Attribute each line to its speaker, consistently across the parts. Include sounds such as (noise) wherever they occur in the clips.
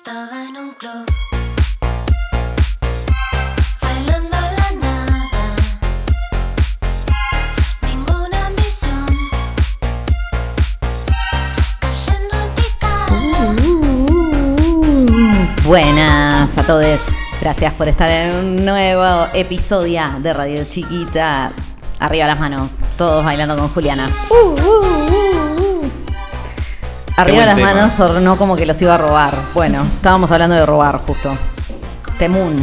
Speaker 1: estaba en un club. Bailando a la nada. Ninguna ambición. Cayendo en picada.
Speaker 2: Uh, Buenas a todos. Gracias por estar en un nuevo episodio de Radio Chiquita. Arriba las manos, todos bailando con Juliana. Uh, uh, uh, uh. Arriba
Speaker 3: buen
Speaker 2: las
Speaker 3: tema.
Speaker 2: manos ornó como que los iba a robar. Bueno, estábamos hablando de robar justo. Temun.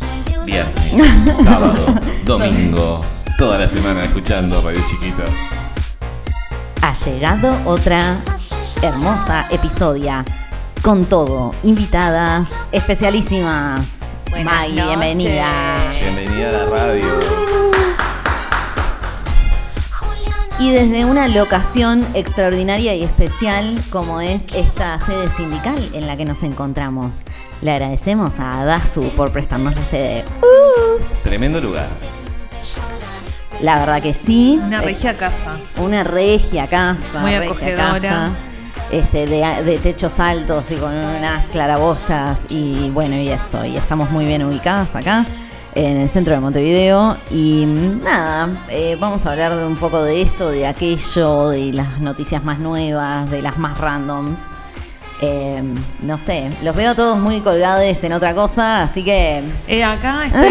Speaker 1: Le di un
Speaker 3: Viernes, sábado,
Speaker 2: (laughs)
Speaker 3: domingo, toda la semana escuchando Radio Chiquita.
Speaker 2: Ha llegado otra hermosa eh. episodia. Con todo, invitadas especialísimas.
Speaker 4: Buenas
Speaker 2: Maggie,
Speaker 4: noches.
Speaker 2: bienvenida.
Speaker 3: Bienvenida a la radio.
Speaker 1: Juliana.
Speaker 2: Y desde una locación extraordinaria y especial como es esta sede sindical en la que nos encontramos. Le agradecemos a Adasu por prestarnos la sede.
Speaker 3: Tremendo lugar.
Speaker 2: La verdad que sí.
Speaker 4: Una
Speaker 2: Eh,
Speaker 4: regia casa.
Speaker 2: Una regia casa.
Speaker 4: Muy
Speaker 2: regia
Speaker 4: acogedora.
Speaker 2: casa, este, de, de techos altos y con unas claraboyas y bueno, y eso. Y estamos muy bien ubicadas acá, en el centro de Montevideo. Y mm, nada, eh, vamos a hablar de un poco de esto, de aquello, de las noticias más nuevas, de las más randoms. Eh, no sé, los veo todos muy colgados en otra cosa, así que
Speaker 4: Eh,
Speaker 5: (laughs)
Speaker 4: acá estoy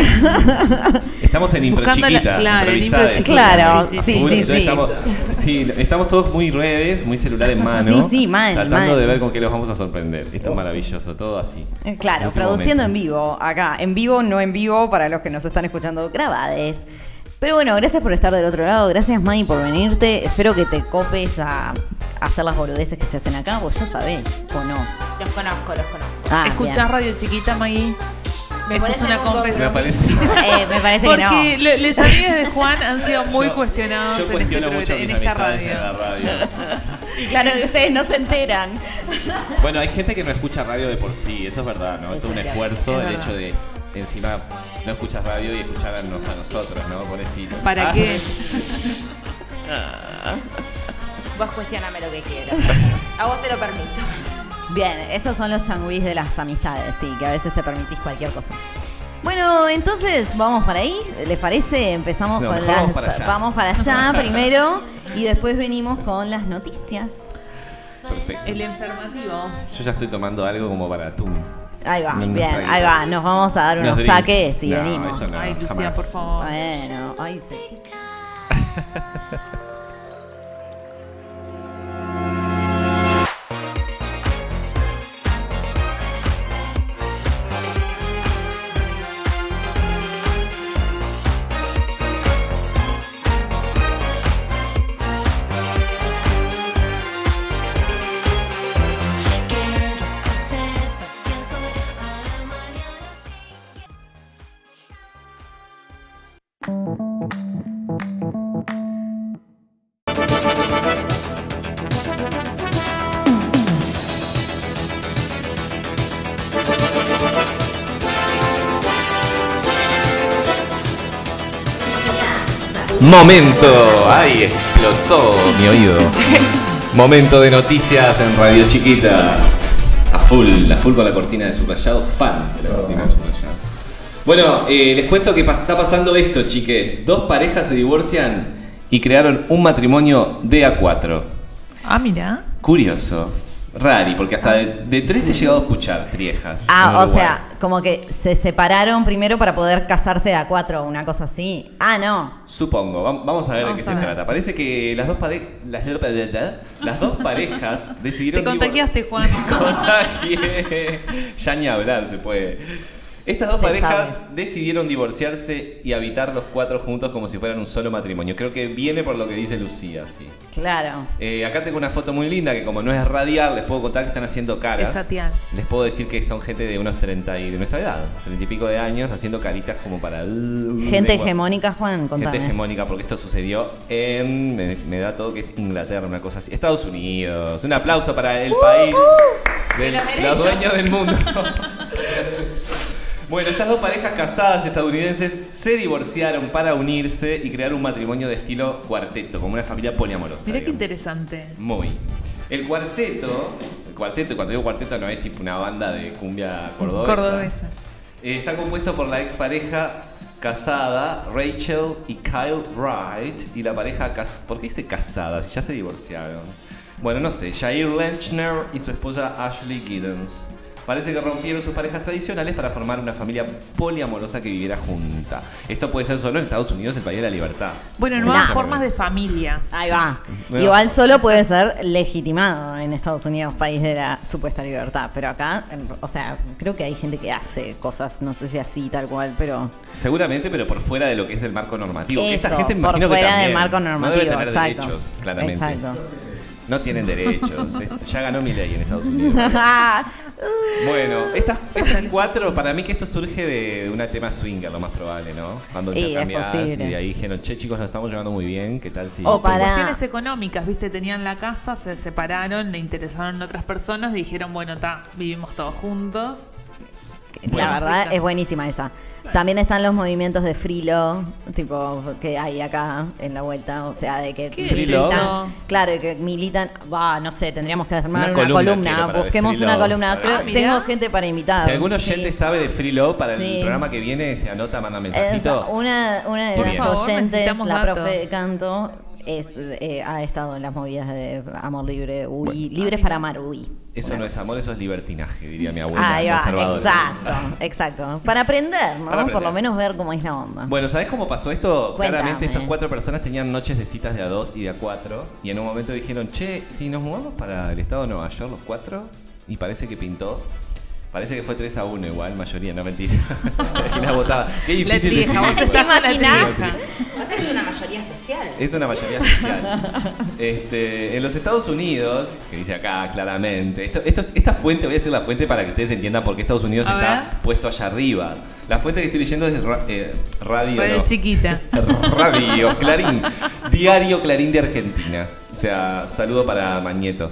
Speaker 3: Estamos en Impro
Speaker 4: Buscando la-
Speaker 3: Chiquita,
Speaker 4: claro, en
Speaker 3: improvisada,
Speaker 4: Impro
Speaker 3: eso.
Speaker 4: Chiquita.
Speaker 2: Claro,
Speaker 4: Sí, sí,
Speaker 3: A
Speaker 2: sí,
Speaker 3: full,
Speaker 2: sí,
Speaker 3: entonces
Speaker 2: sí.
Speaker 3: Estamos, sí, estamos todos muy redes, muy celular en mano.
Speaker 2: Sí, sí, mal,
Speaker 3: Tratando
Speaker 2: mal.
Speaker 3: de ver con qué los vamos a sorprender. Esto es maravilloso, todo así.
Speaker 2: Eh, Claro,
Speaker 3: Último
Speaker 2: produciendo en
Speaker 3: momento.
Speaker 2: vivo, acá, en vivo, no en vivo, para los que nos están escuchando grabades. Pero bueno, gracias por estar del otro lado, gracias Mai por venirte, espero que te copes a, a hacer las boludeces que se hacen acá, vos ya sabés, o no.
Speaker 5: Los conozco, los conozco.
Speaker 2: Ah,
Speaker 4: escuchás
Speaker 2: bien.
Speaker 4: radio chiquita, Magui. Me haces
Speaker 5: parece
Speaker 4: una
Speaker 5: un
Speaker 3: Me
Speaker 4: compra.
Speaker 3: aparece.
Speaker 5: (laughs)
Speaker 2: Eh, me parece que no.
Speaker 4: Porque le- los amigos de Juan
Speaker 3: (laughs)
Speaker 4: han sido muy
Speaker 3: Yo-
Speaker 4: cuestionados
Speaker 3: Yo
Speaker 4: en,
Speaker 3: cuestiono
Speaker 4: este
Speaker 3: mucho
Speaker 4: programa-
Speaker 3: mis
Speaker 4: en esta
Speaker 3: amistades
Speaker 4: radio.
Speaker 3: en la radio.
Speaker 2: Claro que ustedes no se enteran.
Speaker 3: Bueno, hay gente que no escucha radio de por sí, eso es verdad, ¿no? Es todo un esfuerzo
Speaker 4: Es
Speaker 3: el
Speaker 4: verdad.
Speaker 3: hecho de, encima, si no escuchas radio y escucharnos a nosotros, ¿no? Pobrecitos.
Speaker 4: ¿Para
Speaker 3: Ah,
Speaker 4: qué?
Speaker 5: (laughs) Vos cuestioname lo que quieras.
Speaker 3: (laughs)
Speaker 5: A vos te lo permito.
Speaker 2: Bien, esos son los changuis de las amistades, sí, que a veces te permitís cualquier cosa. Bueno, entonces vamos para ahí, ¿les parece? Empezamos
Speaker 3: No,
Speaker 2: con
Speaker 3: mejor
Speaker 2: las.
Speaker 3: vamos para allá.
Speaker 2: vamos para
Speaker 3: (laughs)
Speaker 2: allá primero y después venimos con las noticias.
Speaker 3: Perfecto.
Speaker 4: El enfermativo.
Speaker 3: Yo ya estoy tomando algo como para tú.
Speaker 2: Ahí va,
Speaker 3: Unos
Speaker 2: bien,
Speaker 3: traguitos.
Speaker 2: ahí va, nos vamos a dar
Speaker 3: Unos
Speaker 2: unos,
Speaker 3: drinks.
Speaker 2: saques y
Speaker 3: No,
Speaker 2: venimos.
Speaker 3: eso no,
Speaker 4: Ay, Lucía,
Speaker 3: jamás.
Speaker 4: por favor.
Speaker 2: Bueno, ay, sí.
Speaker 1: Quiero que sepas quién soy. A la mañana.
Speaker 3: ¡Momento! ¡Ay, explotó mi oído! Momento de noticias en Radio Chiquita. A full, a full con la cortina de subrayado, fan de la cortina de subrayado. Bueno, eh, les cuento que pa- está pasando esto, chiques. Dos parejas se divorcian y crearon un matrimonio de a cuatro.
Speaker 4: Ah, mira.
Speaker 3: Curioso. Rari, porque
Speaker 4: Ah.
Speaker 3: hasta de, de tres he llegado a escuchar triejas. en
Speaker 2: Ah, o
Speaker 3: Uruguay.
Speaker 2: sea, como que se separaron primero para poder casarse de a cuatro, una cosa así. Ah, no.
Speaker 3: Supongo, vam- vamos a ver de
Speaker 4: Vamos
Speaker 3: qué
Speaker 4: a
Speaker 3: se
Speaker 4: ver.
Speaker 3: trata. Parece que las dos, pade- las, las dos parejas
Speaker 4: (laughs)
Speaker 3: decidieron...
Speaker 4: Te contagiaste,
Speaker 3: divor-
Speaker 4: Juan.
Speaker 3: Me (laughs) contagié. ya ni hablar se puede. Estas dos
Speaker 2: Se
Speaker 3: parejas decidieron divorciarse y habitar los cuatro juntos como si fueran un solo matrimonio. Creo que viene por lo que dice Lucía, sí.
Speaker 2: Claro.
Speaker 3: Eh, acá tengo una foto muy linda que como no es radial, les puedo contar que están haciendo caras.
Speaker 4: Es satial.
Speaker 3: Les puedo decir que son gente de unos 30 y de nuestra edad, 30 y pico de años, haciendo caritas como para...
Speaker 2: Gente
Speaker 3: Lengua.
Speaker 2: hegemónica, Juan, contame.
Speaker 3: Gente hegemónica, porque esto sucedió en. Me, me da todo que es Inglaterra, una cosa así. Estados Unidos. Un aplauso para el país. del-
Speaker 5: los derechos.
Speaker 3: los dueños del mundo. bueno, estas dos parejas casadas estadounidenses se divorciaron para unirse y crear un matrimonio de estilo cuarteto, como una familia poliamorosa.
Speaker 4: Mirá qué
Speaker 3: digamos.
Speaker 4: interesante.
Speaker 3: Muy. El cuarteto cuarteto, y cuando digo cuarteto no es tipo una banda de cumbia cordobesa.
Speaker 4: Cordobesa.
Speaker 3: Eh, está compuesto por la expareja casada Rachel y Kyle Wright y la pareja cas ¿Por qué dice casada? Si ya se divorciaron. Bueno, no sé, Jair Lechner y su esposa Ashley Giddens. Parece que rompieron sus parejas tradicionales para formar una familia poliamorosa que viviera junta. Esto puede ser solo en Estados Unidos, el país de la libertad.
Speaker 4: Bueno, nuevas
Speaker 3: Nah.
Speaker 4: formas de familia.
Speaker 2: Ahí va.
Speaker 3: Bueno.
Speaker 2: Igual solo puede ser legitimado en Estados Unidos, país de la supuesta libertad. Pero acá, en- o sea, creo que hay gente que hace cosas, no sé si así, tal cual, pero. (laughs)
Speaker 3: Seguramente, pero por fuera de lo que es el marco normativo. Que Esta
Speaker 2: Eso,
Speaker 3: gente me
Speaker 2: por
Speaker 3: imagino que
Speaker 2: fuera del
Speaker 3: también.
Speaker 2: marco
Speaker 3: No debe
Speaker 2: normativo,
Speaker 3: tener
Speaker 2: exacto.
Speaker 3: derechos, claramente.
Speaker 2: Exacto.
Speaker 3: No tienen derechos. Es- Ya ganó mi ley en
Speaker 2: (laughs)
Speaker 3: Estados Unidos. Bueno, estas, estas cuatro, para mí que esto surge de una tema swinger, lo más probable, ¿no? Cuando
Speaker 2: Y es
Speaker 3: intercambiás y
Speaker 2: posible.
Speaker 3: de ahí dijeron, che chicos, nos estamos llevando muy bien, ¿qué tal si...?
Speaker 2: O para-
Speaker 4: Cuestiones económicas, viste, tenían la casa, se separaron, le interesaron otras personas, dijeron, bueno, ta, vivimos todos juntos.
Speaker 2: la
Speaker 4: Bueno.
Speaker 2: verdad es buenísima esa. También están los movimientos de frilo, tipo que hay acá en la vuelta, o sea, de que
Speaker 4: ¿Qué
Speaker 3: es
Speaker 2: militan,
Speaker 4: eso?
Speaker 2: claro, de que militan, va, no sé, tendríamos que armar
Speaker 3: Una
Speaker 2: una,
Speaker 3: columna
Speaker 2: columna,
Speaker 3: quiero para
Speaker 2: busquemos
Speaker 3: de
Speaker 2: una
Speaker 3: frilo.
Speaker 2: columna,
Speaker 3: Ah,
Speaker 2: creo,
Speaker 4: mirá.
Speaker 2: tengo gente para invitar.
Speaker 3: Si algún
Speaker 2: sí.
Speaker 3: oyente sabe de Free Love, para
Speaker 2: Sí.
Speaker 3: el programa que viene se anota, manda
Speaker 2: Es
Speaker 3: mensajito.
Speaker 2: una, una de
Speaker 3: Muy
Speaker 2: las
Speaker 3: bien. Por
Speaker 4: favor,
Speaker 2: oyentes,
Speaker 4: necesitamos
Speaker 2: la profe
Speaker 4: datos.
Speaker 2: de canto, es, eh, ha estado en las movidas de Amor Libre, Uy, Libres
Speaker 4: Ah,
Speaker 2: para Amar, Uy.
Speaker 3: Eso no es amor, eso es libertinaje, diría mi abuela.
Speaker 2: Ahí va,
Speaker 3: conservadora.
Speaker 2: exacto,
Speaker 3: (laughs)
Speaker 2: exacto. Para aprender, ¿no?
Speaker 3: Para aprender.
Speaker 2: Por lo menos ver cómo es la onda.
Speaker 3: Bueno, ¿sabés cómo pasó esto?
Speaker 2: Cuéntame.
Speaker 3: Claramente estas cuatro personas tenían noches de citas de a dos y de a cuatro. Y en un momento dijeron, che, si nos mudamos para el estado de Nueva York los cuatro. Y parece que pintó. Parece que fue 3 a 1 igual, mayoría, no mentira. (laughs) Imagina, votaba. Qué
Speaker 4: La
Speaker 3: difícil
Speaker 2: (laughs)
Speaker 4: trieja,
Speaker 3: decidir,
Speaker 4: vos
Speaker 3: igual.
Speaker 4: estás con la
Speaker 2: imaginás?
Speaker 4: trieja.
Speaker 5: O sea, es una mayoría especial.
Speaker 3: Es una mayoría especial. Este, en los Estados Unidos, que dice acá claramente, esto, esto- esta fuente, voy a decir la fuente para que ustedes entiendan por qué Estados Unidos
Speaker 4: A
Speaker 3: está
Speaker 4: ver.
Speaker 3: puesto allá arriba. La fuente que estoy leyendo es ra- eh, Radio.
Speaker 4: Pero
Speaker 3: no. (laughs)
Speaker 4: chiquita.
Speaker 3: Radio Clarín. Diario Clarín de Argentina. O sea, saludo para Mañeto.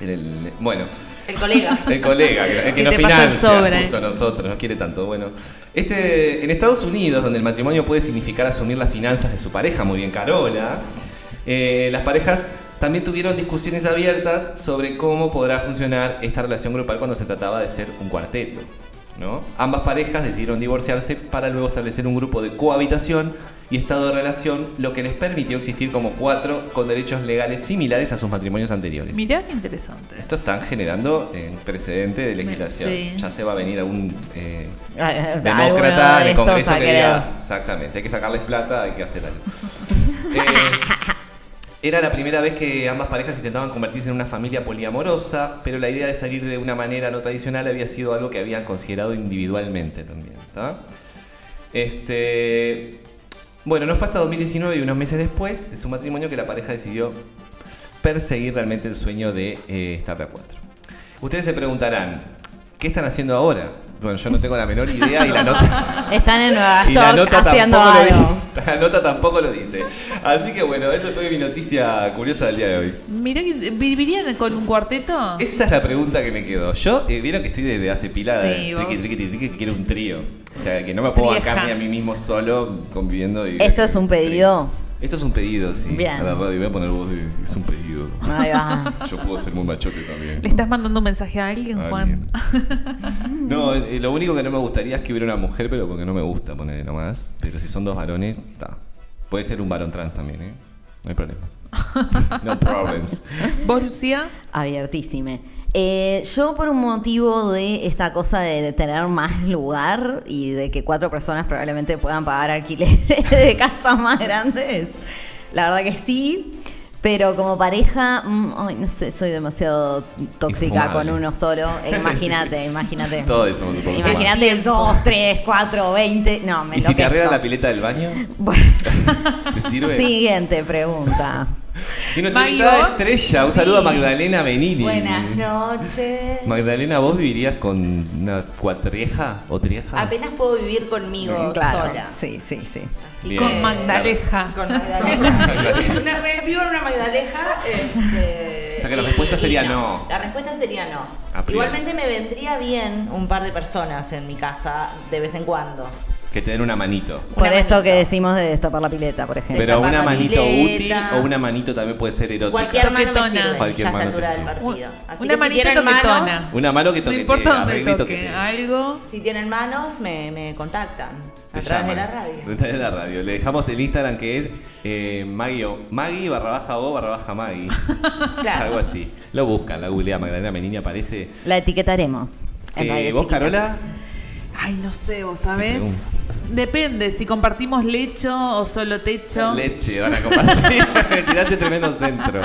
Speaker 3: En el- bueno,
Speaker 5: El colega.
Speaker 3: el colega, que, el que
Speaker 4: Que
Speaker 3: nos
Speaker 4: te pasa el
Speaker 3: financia
Speaker 4: sobre.
Speaker 3: justo a nosotros, nos quiere tanto. Bueno, este, en Estados Unidos, donde el matrimonio puede significar asumir las finanzas de su pareja, muy bien Carola, eh, las parejas también tuvieron discusiones abiertas sobre cómo podrá funcionar esta relación grupal cuando se trataba de ser un cuarteto. ¿no? Ambas parejas decidieron divorciarse para luego establecer un grupo de cohabitación y estado de relación, lo que les permitió existir como cuatro con derechos legales similares a sus matrimonios anteriores.
Speaker 4: Mirá qué interesante.
Speaker 3: Esto están generando eh, un precedente de legislación.
Speaker 4: Sí.
Speaker 3: Ya se va a venir algún eh,
Speaker 2: Ah, eh, (laughs) alguno
Speaker 3: demócrata en
Speaker 2: de
Speaker 3: el
Speaker 2: estos
Speaker 3: Congreso
Speaker 2: a
Speaker 3: que
Speaker 2: querer.
Speaker 3: diga, exactamente, hay que sacarles plata, hay que hacer
Speaker 2: (laughs)
Speaker 3: algo. Eh, era la primera vez que ambas parejas intentaban convertirse en una familia poliamorosa, pero la idea de salir de una manera no tradicional había sido algo que habían considerado individualmente también. ¿tá? Este, bueno, no fue hasta 2019 y unos meses después de su matrimonio que la pareja decidió perseguir realmente el sueño de eh, estar de a cuatro. Ustedes se preguntarán, ¿qué están haciendo ahora? Bueno, yo no tengo la menor idea y
Speaker 2: (laughs)
Speaker 3: la nota,
Speaker 2: Están en Nueva
Speaker 3: y
Speaker 2: York
Speaker 3: la nota
Speaker 2: haciendo
Speaker 3: tampoco lo
Speaker 2: algo.
Speaker 3: dice. (laughs) La nota tampoco lo dice. Así que bueno, esa fue mi noticia curiosa del día de hoy.
Speaker 4: Mirá, que- ¿vivirían con un cuarteto?
Speaker 3: Esa es la pregunta que me quedó. Yo, eh, vieron que estoy desde hace pila de
Speaker 4: Sí, vos-
Speaker 3: triqui, triqui, triqui, que quiero un trío. O sea, que no me puedo
Speaker 4: Trieja.
Speaker 3: bancar ni a mí mismo solo conviviendo. y-
Speaker 2: Esto es un pedido.
Speaker 3: Esto es un pedido, sí.
Speaker 2: Bien.
Speaker 3: A la radio, voy a poner voz de. Es un pedido.
Speaker 2: Ahí va.
Speaker 3: Yo puedo ser muy machote
Speaker 2: (laughs)
Speaker 3: también.
Speaker 4: ¿Le estás mandando un mensaje a alguien,
Speaker 3: Ah,
Speaker 4: Juan?
Speaker 3: bien. (laughs) No, eh, lo único que no me gustaría es que hubiera una mujer, pero porque no me gusta ponerle nomás. Pero si son dos varones, está. Puede ser un varón trans también, ¿eh? No hay problema. (laughs) No problems.
Speaker 4: (laughs) ¿Vos, Lucía?
Speaker 2: Abiertísime. Eh, yo por un motivo de esta cosa de tener más lugar y de que cuatro personas probablemente puedan pagar alquileres (laughs) de casas más grandes, la verdad que sí, pero como pareja, mm, ay, no sé, soy demasiado tóxica
Speaker 3: Infumable.
Speaker 2: con uno solo. Eh,
Speaker 3: (laughs)
Speaker 2: Imagínate, imagínate.
Speaker 3: Todos somos un poco
Speaker 2: Imagínate dos, tres, cuatro, veinte. No, me
Speaker 3: ¿Y si te
Speaker 2: enloquezco.
Speaker 3: arreglas
Speaker 2: (laughs)
Speaker 3: la pileta del baño?
Speaker 2: Bueno,
Speaker 3: ¿Te sirve?
Speaker 2: Siguiente pregunta.
Speaker 3: Y nuestra
Speaker 4: Maggie,
Speaker 3: invitada
Speaker 4: ¿vos?
Speaker 3: estrella, un
Speaker 4: Sí.
Speaker 3: saludo a Magdalena Benini.
Speaker 5: Buenas noches.
Speaker 3: Magdalena, ¿vos vivirías con una cuatrieja o trieja?
Speaker 5: Apenas puedo vivir conmigo
Speaker 2: Claro,
Speaker 5: sola.
Speaker 2: sí, sí, sí.
Speaker 5: Así
Speaker 3: Bien.
Speaker 4: (laughs) Con Magdaleja.
Speaker 5: Con Magdaleja. Una re- vivo en una Magdaleja. este,
Speaker 3: O sea que la respuesta sería no.
Speaker 5: La respuesta sería no.
Speaker 3: A priori.
Speaker 5: Igualmente me vendría bien un par de personas en mi casa de vez en cuando.
Speaker 3: que te den una manito.
Speaker 2: Por
Speaker 5: Una
Speaker 2: esto que
Speaker 5: manito.
Speaker 2: decimos de destapar la pileta, por ejemplo.
Speaker 3: Pero
Speaker 5: tapar
Speaker 3: una
Speaker 5: la
Speaker 3: manito útil
Speaker 5: pileta.
Speaker 3: o una manito también puede ser erótica.
Speaker 5: Cualquier mano me
Speaker 4: Toquetona.
Speaker 5: sirve
Speaker 3: Cualquier
Speaker 5: ya a
Speaker 3: mano
Speaker 5: esta
Speaker 3: te
Speaker 5: altura del
Speaker 3: sirve.
Speaker 5: partido. Así
Speaker 4: Una
Speaker 5: que si
Speaker 4: manita
Speaker 5: tienen
Speaker 4: toquetona.
Speaker 5: manos,
Speaker 3: Una mano que
Speaker 4: No
Speaker 3: toquetee,
Speaker 4: importa dónde
Speaker 3: arreglito
Speaker 4: toque,
Speaker 3: que
Speaker 4: algo.
Speaker 5: si tienen manos, me, me contactan
Speaker 3: Te
Speaker 5: a través de
Speaker 3: llaman.
Speaker 5: la
Speaker 3: A (laughs)
Speaker 5: radio.
Speaker 3: través de la radio. Le dejamos el Instagram que es eh, Maggie, o- Maggie barra baja o barra baja
Speaker 4: (laughs)
Speaker 3: Maggie. Algo
Speaker 5: Claro.
Speaker 3: así. Lo busca, la googlea Magdalena Menini aparece.
Speaker 2: La etiquetaremos. en
Speaker 3: Eh,
Speaker 2: Radio
Speaker 3: ¿Vos,
Speaker 2: Chiquita.
Speaker 3: Carola?
Speaker 4: Ay, no sé, vos sabés.
Speaker 3: pregunto.
Speaker 4: Depende si compartimos lecho o solo techo.
Speaker 3: Leche, van a compartir. (laughs) Me tiraste tremendo centro.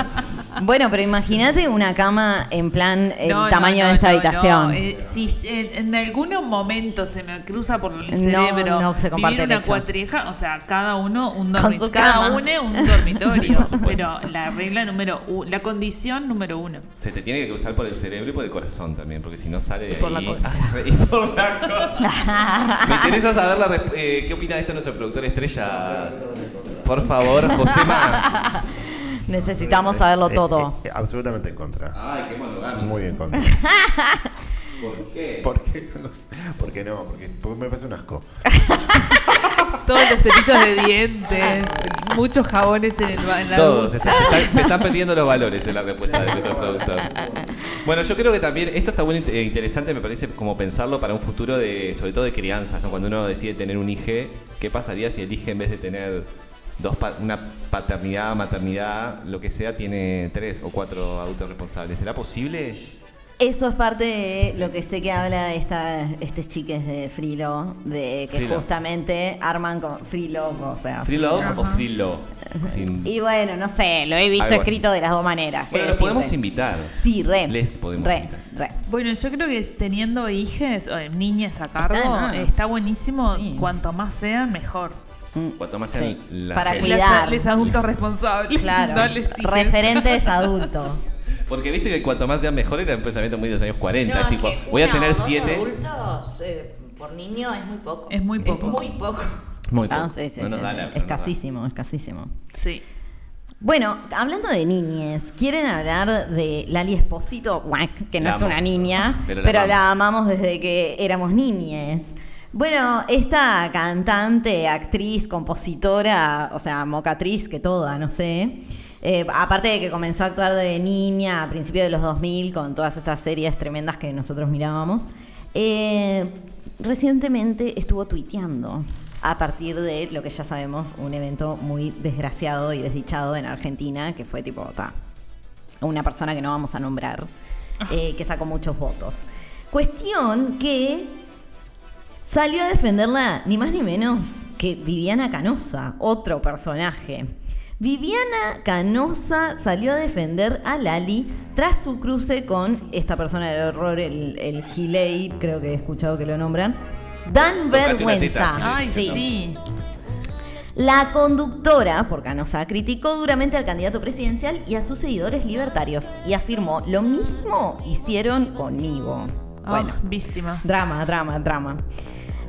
Speaker 2: Bueno, pero imagínate una cama en plan el
Speaker 4: No, no,
Speaker 2: tamaño
Speaker 4: no,
Speaker 2: de esta
Speaker 4: no,
Speaker 2: habitación.
Speaker 4: no. Eh, si en, en algún momento se me cruza por el
Speaker 2: No,
Speaker 4: cerebro
Speaker 2: no se comparte
Speaker 4: vivir una
Speaker 2: lecho.
Speaker 4: cuatrija, o sea, cada uno un
Speaker 2: Con su
Speaker 4: dormitorio. Cada
Speaker 2: cama. (laughs)
Speaker 4: uno un dormitorio.
Speaker 3: por supuesto.
Speaker 4: pero la regla número uno, la condición número uno.
Speaker 3: Se te tiene que cruzar por el cerebro y por el corazón también, porque si no sale de
Speaker 4: Y por la
Speaker 3: ahí-
Speaker 4: concha.
Speaker 3: (laughs) y por la
Speaker 4: (laughs)
Speaker 3: concha. Me interesa saber la resp- eh, qué opina de esto nuestro productor estrella. Por favor,
Speaker 4: (laughs)
Speaker 3: Josema.
Speaker 2: Necesitamos saberlo
Speaker 6: Eh,
Speaker 2: todo.
Speaker 6: eh, eh, absolutamente en contra.
Speaker 3: Ay, qué monogamia.
Speaker 6: Muy en contra.
Speaker 3: ¿Por qué?
Speaker 6: Ah, (laughs) ¿Por qué? No sé. ¿Por qué no? Porque, porque me parece un asco.
Speaker 4: Todos los cepillos de dientes, muchos jabones en, el, ba- en la
Speaker 3: Todos, se,
Speaker 4: ducha.
Speaker 3: se están, se están perdiendo los valores en la respuesta de nuestro productor. Bueno, yo creo que también esto está bueno, eh, interesante, me parece como pensarlo para un futuro de, sobre todo de crianzas, ¿no? Cuando uno decide tener un IG, ¿qué pasaría si el IG en vez de tener dos pa- una paternidad, maternidad, lo que sea, tiene tres o cuatro adultos responsables? ¿Será posible?
Speaker 2: Eso es parte de lo que sé que habla esta, estos chiques de Frilo, de que
Speaker 3: Frilo.
Speaker 2: justamente arman con Frilo, o sea.
Speaker 3: ¿Free love o free law? Sin-
Speaker 2: Y bueno, no sé, lo he visto
Speaker 3: Algo así.
Speaker 2: escrito de las dos maneras. ¿qué
Speaker 3: Bueno, los
Speaker 2: decirte?
Speaker 3: podemos invitar.
Speaker 2: Sí, re.
Speaker 3: Les podemos
Speaker 2: re,
Speaker 3: invitar.
Speaker 2: re.
Speaker 4: Bueno, yo creo que teniendo hijes o eh, niñas a cargo
Speaker 2: de
Speaker 4: está,
Speaker 2: más.
Speaker 4: buenísimo.
Speaker 2: Sí.
Speaker 4: Cuanto más sean, mejor.
Speaker 3: Cuanto más
Speaker 2: Mm, Sí,
Speaker 3: sean la
Speaker 2: para
Speaker 3: gente.
Speaker 4: Les-
Speaker 2: Cuidar.
Speaker 4: Les adultos responsables.
Speaker 2: Claro.
Speaker 4: no les hijes.
Speaker 2: Referentes adultos.
Speaker 3: Porque viste que cuanto más sean mejor era un pensamiento muy de los años 40. es
Speaker 5: No,
Speaker 3: tipo,
Speaker 5: es que
Speaker 3: voy a
Speaker 5: una o
Speaker 3: tener
Speaker 5: dos
Speaker 3: siete.
Speaker 5: adultos eh, por niño es muy poco.
Speaker 4: Es muy poco.
Speaker 5: muy poco.
Speaker 3: Muy
Speaker 2: Ah,
Speaker 3: poco.
Speaker 2: sí, sí,
Speaker 3: No nos
Speaker 2: sí,
Speaker 3: da
Speaker 2: sí.
Speaker 3: la- no nos da.
Speaker 2: escasísimo, escasísimo.
Speaker 4: Sí.
Speaker 2: Bueno, hablando de niñes, ¿quieren hablar de Lali Esposito? Guac, que no
Speaker 3: La
Speaker 2: es una
Speaker 3: amo.
Speaker 2: niña,
Speaker 3: Pero
Speaker 2: pero,
Speaker 3: la
Speaker 2: la, amamos desde que éramos niñes. Bueno, esta cantante, actriz, compositora, o sea, mocatriz que toda, no sé. eh, aparte de que comenzó a actuar de niña a principios de los 2000 con todas estas series tremendas que nosotros mirábamos, eh, recientemente estuvo tuiteando a partir de lo que ya sabemos, un evento muy desgraciado y desdichado en Argentina, que fue tipo, ta, una persona que no vamos a nombrar,
Speaker 4: Ah.
Speaker 2: eh, que sacó muchos votos. Cuestión que salió a defenderla ni más ni menos que Viviana Canosa, otro personaje. Viviana Canosa salió a defender a Lali tras su cruce con esta persona del horror, el, el Gilei, creo que he escuchado que lo nombran. Dan
Speaker 3: Tocate una teta,
Speaker 2: vergüenza.
Speaker 3: sí,
Speaker 4: Ay, sí.
Speaker 2: La conductora, por Canosa, criticó duramente al candidato presidencial y a sus seguidores libertarios y afirmó, lo mismo hicieron conmigo.
Speaker 4: Ah,
Speaker 2: Bueno,
Speaker 4: víctimas.
Speaker 2: drama, drama, drama.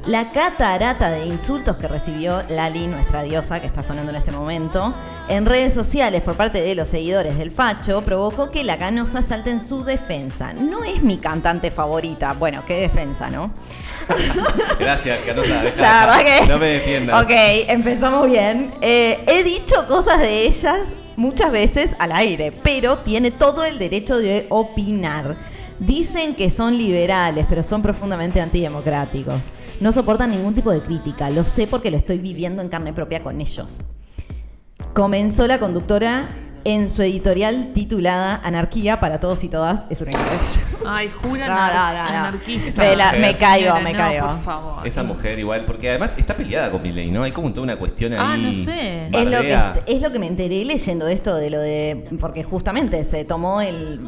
Speaker 2: La catarata de insultos que recibió Lali, nuestra diosa, que está sonando en este momento, en redes sociales por parte de los seguidores del Facho, provocó que la canosa salte en su defensa. No es mi cantante favorita. Bueno, qué defensa, ¿no?
Speaker 3: Gracias, Canosa. deja-
Speaker 2: La verdad
Speaker 3: deja.
Speaker 2: que.
Speaker 3: No me defiendas.
Speaker 2: Ok, empezamos bien. Eh, he dicho cosas de ellas muchas veces al aire, pero tiene todo el derecho de opinar. Dicen que son liberales, pero son profundamente antidemocráticos. No soportan ningún tipo de crítica. Lo sé porque lo estoy viviendo en carne propia con ellos. Comenzó la conductora en su editorial titulada Anarquía para todos y todas. Es una maravilla.
Speaker 4: Ay, jura
Speaker 2: No,
Speaker 4: anar-
Speaker 2: no, no, no.
Speaker 4: anarquista.
Speaker 2: Me la-
Speaker 3: me
Speaker 2: caigo,
Speaker 4: Señora,
Speaker 2: me
Speaker 4: no,
Speaker 2: caigo.
Speaker 4: Por favor.
Speaker 3: Esa mujer igual, porque además está peleada con Milei, ¿no? Hay como toda una cuestión ahí.
Speaker 4: Ah, no sé.
Speaker 2: Es lo, que,
Speaker 3: bardea.
Speaker 2: es lo que me enteré leyendo esto de lo de. Porque justamente se tomó el.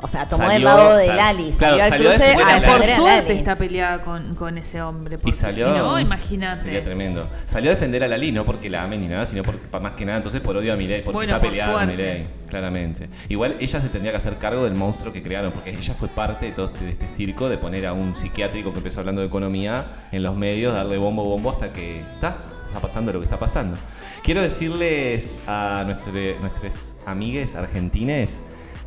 Speaker 2: O sea, tomó el
Speaker 3: Salió-
Speaker 2: lado de
Speaker 3: sal-
Speaker 2: Lali.
Speaker 3: claro,
Speaker 2: Salió al
Speaker 3: salió a
Speaker 2: cruce.
Speaker 3: defender
Speaker 2: a
Speaker 3: a
Speaker 4: Bueno,
Speaker 3: la-
Speaker 4: por
Speaker 2: defender a
Speaker 4: suerte
Speaker 2: Lali.
Speaker 4: está peleada con, con ese hombre. Porque
Speaker 3: Y salió.
Speaker 4: Si no,
Speaker 3: Sería
Speaker 4: imagínate.
Speaker 3: tremendo. Salió a defender a Lali, no porque la amen ni nada, sino porque, más que nada, entonces por odio a Milei, porque
Speaker 4: Bueno,
Speaker 3: está
Speaker 4: por
Speaker 3: peleada con
Speaker 4: suerte.
Speaker 3: Milei, claramente. Igual ella se tendría que hacer cargo del monstruo que crearon, porque ella fue parte de todo este, de este circo de poner a un psiquiátrico que empezó hablando de economía en los medios, darle bombo bombo hasta que está, está pasando lo que está pasando. Quiero decirles a nuestros amigues argentines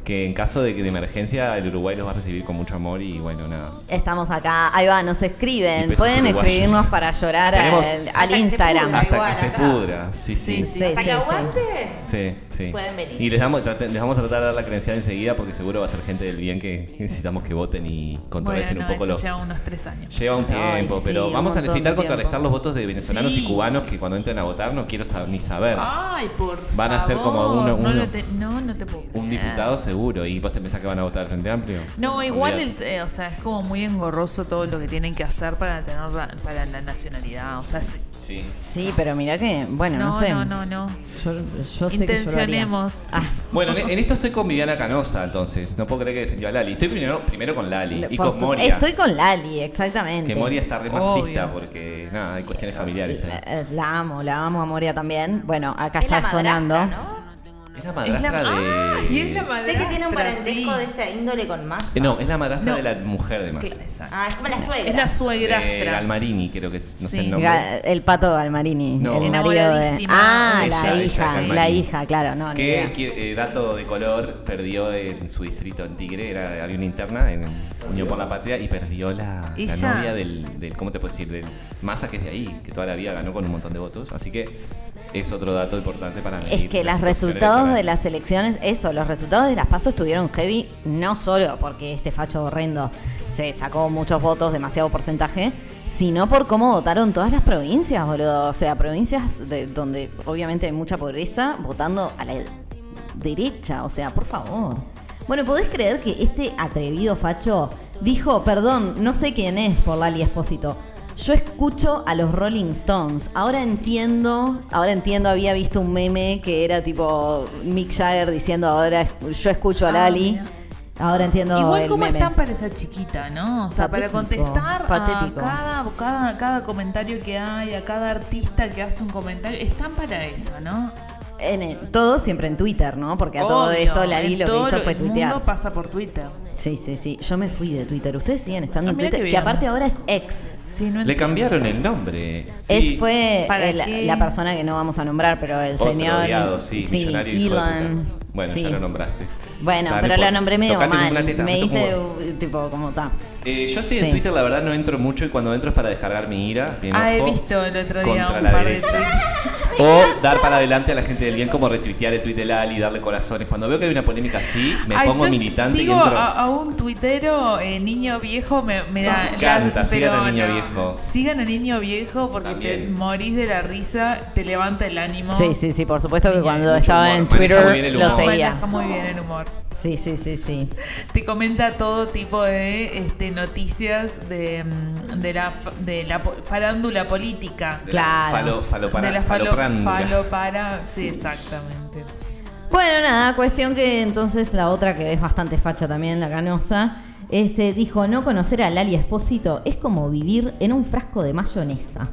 Speaker 3: que en caso de, que de emergencia el Uruguay los va a recibir con mucho amor y bueno, nada.
Speaker 2: Estamos acá, ahí va, nos
Speaker 3: Y
Speaker 2: escriben.
Speaker 3: pesos
Speaker 2: Pueden
Speaker 3: uruguayos.
Speaker 2: escribirnos para llorar
Speaker 3: Tenemos-
Speaker 2: al, al
Speaker 5: Hasta que se
Speaker 2: Instagram.
Speaker 5: pudra.
Speaker 3: Hasta
Speaker 5: igual
Speaker 3: que se
Speaker 5: acá.
Speaker 3: pudra, sí, Ah, sí.
Speaker 4: Sí,
Speaker 2: sí.
Speaker 5: ¿Saca aguante?
Speaker 3: Sí, sí.
Speaker 5: Pueden venir.
Speaker 3: Y les, damos, trate- les vamos a tratar de dar la credencial enseguida porque seguro va a ser gente del bien que necesitamos que voten y contrarresten
Speaker 4: Bueno,
Speaker 3: un poco
Speaker 4: eso
Speaker 3: los...
Speaker 4: lleva unos tres años.
Speaker 3: Lleva un
Speaker 2: Ay,
Speaker 3: tiempo,
Speaker 2: sí,
Speaker 3: pero
Speaker 2: un
Speaker 3: vamos
Speaker 2: montón
Speaker 3: a
Speaker 2: de
Speaker 3: necesitar
Speaker 2: tiempo.
Speaker 3: contrarrestar los votos de venezolanos
Speaker 4: Sí. Ah.
Speaker 3: y cubanos que cuando entren a votar no quiero sab- ni saber.
Speaker 4: Ay, por
Speaker 3: Van a ser como
Speaker 4: favor,
Speaker 3: uno-
Speaker 4: No,
Speaker 3: uno.
Speaker 4: lo te- no, no te puedo
Speaker 3: Un
Speaker 4: creer.
Speaker 3: diputado seguro. ¿Y vos te pensás que van a votar al Frente Amplio?
Speaker 4: No, igual,
Speaker 3: Olvidate.
Speaker 4: el- eh, o sea, es como muy engorroso todo lo que tienen que hacer para tener la, para la nacionalidad. O sea, sí.
Speaker 3: Sí.
Speaker 2: Sí, pero mira que, bueno, no,
Speaker 4: no,
Speaker 2: sé.
Speaker 4: no, no, no.
Speaker 2: Yo, yo sé que yo lo haría.
Speaker 4: Intencionemos.
Speaker 2: Ah,
Speaker 3: Bueno, en, en esto estoy con Viviana Canosa, entonces. No puedo creer que defendió a Lali. Estoy primero, primero con Lali y
Speaker 2: por
Speaker 3: con
Speaker 2: su-
Speaker 3: Moria.
Speaker 2: Estoy con Lali, exactamente.
Speaker 3: Que Moria está re
Speaker 4: Obvio.
Speaker 3: marxista porque, nada, hay cuestiones familiares. ahí.
Speaker 2: Eh, La amo, la amo a Moria también. Bueno, acá
Speaker 5: Es la
Speaker 2: está
Speaker 5: madrastra,
Speaker 2: sonando.
Speaker 5: ¿no?
Speaker 3: Es la madrastra
Speaker 4: Ah,
Speaker 3: de.
Speaker 4: y es la madrastra.
Speaker 5: Sé que tiene un parentesco
Speaker 4: sí.
Speaker 5: de esa índole con masa.
Speaker 3: Eh, No, es la madrastra
Speaker 4: No.
Speaker 3: de la mujer de Massa.
Speaker 4: Que- exacto.
Speaker 5: Ah, es como la suegra.
Speaker 4: Es la
Speaker 3: De
Speaker 4: suegrastra.
Speaker 3: Galmarini, creo que es. No sé
Speaker 4: Sí.
Speaker 3: el nombre.
Speaker 2: Ga- El pato Galmarini,
Speaker 3: No.
Speaker 2: el marido de.
Speaker 4: Enamoradísima.
Speaker 2: Ah, la
Speaker 3: Ella, ella,
Speaker 2: hija, la
Speaker 3: Galmarini.
Speaker 2: hija, claro, no, ni
Speaker 3: Que,
Speaker 2: idea.
Speaker 3: que, eh, dato de color, perdió en su distrito en Tigre, era, había una interna en Unión por la Patria y perdió la, la
Speaker 4: Ella.
Speaker 3: novia del, del- ¿cómo te puedo decir? Del Massa, que es de ahí, que toda la vida ganó con un montón de votos. Así que es otro dato importante para mí.
Speaker 2: Es que los resultados de las elecciones, eso, los resultados de las PASO estuvieron heavy, no solo porque este facho horrendo se sacó muchos votos, demasiado porcentaje, sino por cómo votaron todas las provincias, boludo. O sea, provincias de- donde obviamente hay mucha pobreza, votando a la derecha, o sea, por favor. Bueno, ¿podés creer que este atrevido facho dijo, perdón, no sé quién es por Lali Espósito? Yo escucho a los Rolling Stones. Ahora entiendo, ahora entiendo, había visto un meme que era tipo Mick Jagger diciendo ahora es- yo escucho a
Speaker 4: Ah,
Speaker 2: Lali.
Speaker 4: mira.
Speaker 2: Ahora entiendo
Speaker 4: Igual
Speaker 2: el
Speaker 4: cómo
Speaker 2: meme.
Speaker 4: están para esa chiquita, ¿no? O sea, para
Speaker 2: Patético,
Speaker 4: contestar
Speaker 2: patético.
Speaker 4: a cada, cada, cada comentario que hay, a cada artista que hace un comentario, están para eso, ¿no?
Speaker 2: En el- todo siempre en Twitter, ¿no? Porque a todo
Speaker 4: Obvio,
Speaker 2: esto Lali
Speaker 4: en
Speaker 2: lo que
Speaker 4: todo
Speaker 2: hizo fue
Speaker 4: el mundo
Speaker 2: tuitear.
Speaker 4: pasa por Twitter.
Speaker 2: Sí, sí, sí. Yo me fui de Twitter. Ustedes siguen estando
Speaker 4: Ah,
Speaker 2: en
Speaker 4: mirá
Speaker 2: Twitter, que
Speaker 4: qué bien.
Speaker 2: aparte ahora es ex.
Speaker 4: Sí, no
Speaker 3: Le
Speaker 4: entiendo.
Speaker 3: cambiaron el nombre.
Speaker 2: Es fue
Speaker 4: ¿Para
Speaker 2: el-
Speaker 4: qué?
Speaker 2: la persona que no vamos a nombrar, pero el
Speaker 3: Otro
Speaker 2: señor.
Speaker 3: odiado, sí, millonario hijo de
Speaker 2: Elon.
Speaker 3: puta. Bueno,
Speaker 2: sí.
Speaker 3: ya lo nombraste.
Speaker 2: Bueno,
Speaker 3: Ta, no
Speaker 2: pero lo
Speaker 3: importa.
Speaker 2: nombré medio
Speaker 3: Tocate con
Speaker 2: mal.
Speaker 3: una teta,
Speaker 2: me
Speaker 3: no te
Speaker 2: hice
Speaker 3: pongo-
Speaker 2: uh, tipo como está.
Speaker 3: Eh, yo estoy en
Speaker 2: Sí.
Speaker 3: Twitter, la verdad no entro mucho y cuando entro es para descargar mi ira. mi
Speaker 4: Ah, he
Speaker 3: enojo
Speaker 4: visto el otro día
Speaker 3: contra
Speaker 4: un
Speaker 3: la
Speaker 4: par de
Speaker 3: derecha.
Speaker 4: tweets.
Speaker 3: O dar para adelante a la gente del bien, como retuitear el tweet de Lali, darle corazones. Cuando veo que hay una polémica así, me
Speaker 4: Ay,
Speaker 3: pongo
Speaker 4: yo
Speaker 3: militante
Speaker 4: sigo
Speaker 3: y entro.
Speaker 4: A, a un tuitero, eh, niño viejo, me, me da.
Speaker 3: Me encanta,
Speaker 4: la-
Speaker 3: sigan
Speaker 4: pero
Speaker 3: al niño viejo.
Speaker 4: Sigan al niño viejo porque te
Speaker 3: También.
Speaker 4: morís de la risa, te levanta el ánimo.
Speaker 2: Sí, sí, sí, por supuesto que
Speaker 4: Tenía
Speaker 2: cuando
Speaker 3: mucho
Speaker 2: estaba
Speaker 3: humor,
Speaker 2: en
Speaker 3: maneja muy bien
Speaker 2: Twitter
Speaker 3: el
Speaker 2: lo
Speaker 3: humor.
Speaker 4: Maneja
Speaker 2: seguía.
Speaker 4: Ah, muy bien el humor.
Speaker 2: Sí, sí, sí, sí.
Speaker 4: Te comenta todo tipo de este, noticias de, mm, de la, de la po- farándula política.
Speaker 3: De la
Speaker 2: claro.
Speaker 3: Falo, falopara-
Speaker 4: de la falo-
Speaker 3: faloprándula.
Speaker 4: falopara- Sí, exactamente.
Speaker 2: Bueno, nada, cuestión que entonces la otra que es bastante facha también, la canosa, este, dijo, no conocer a Lali Espósito es como vivir en un frasco de mayonesa.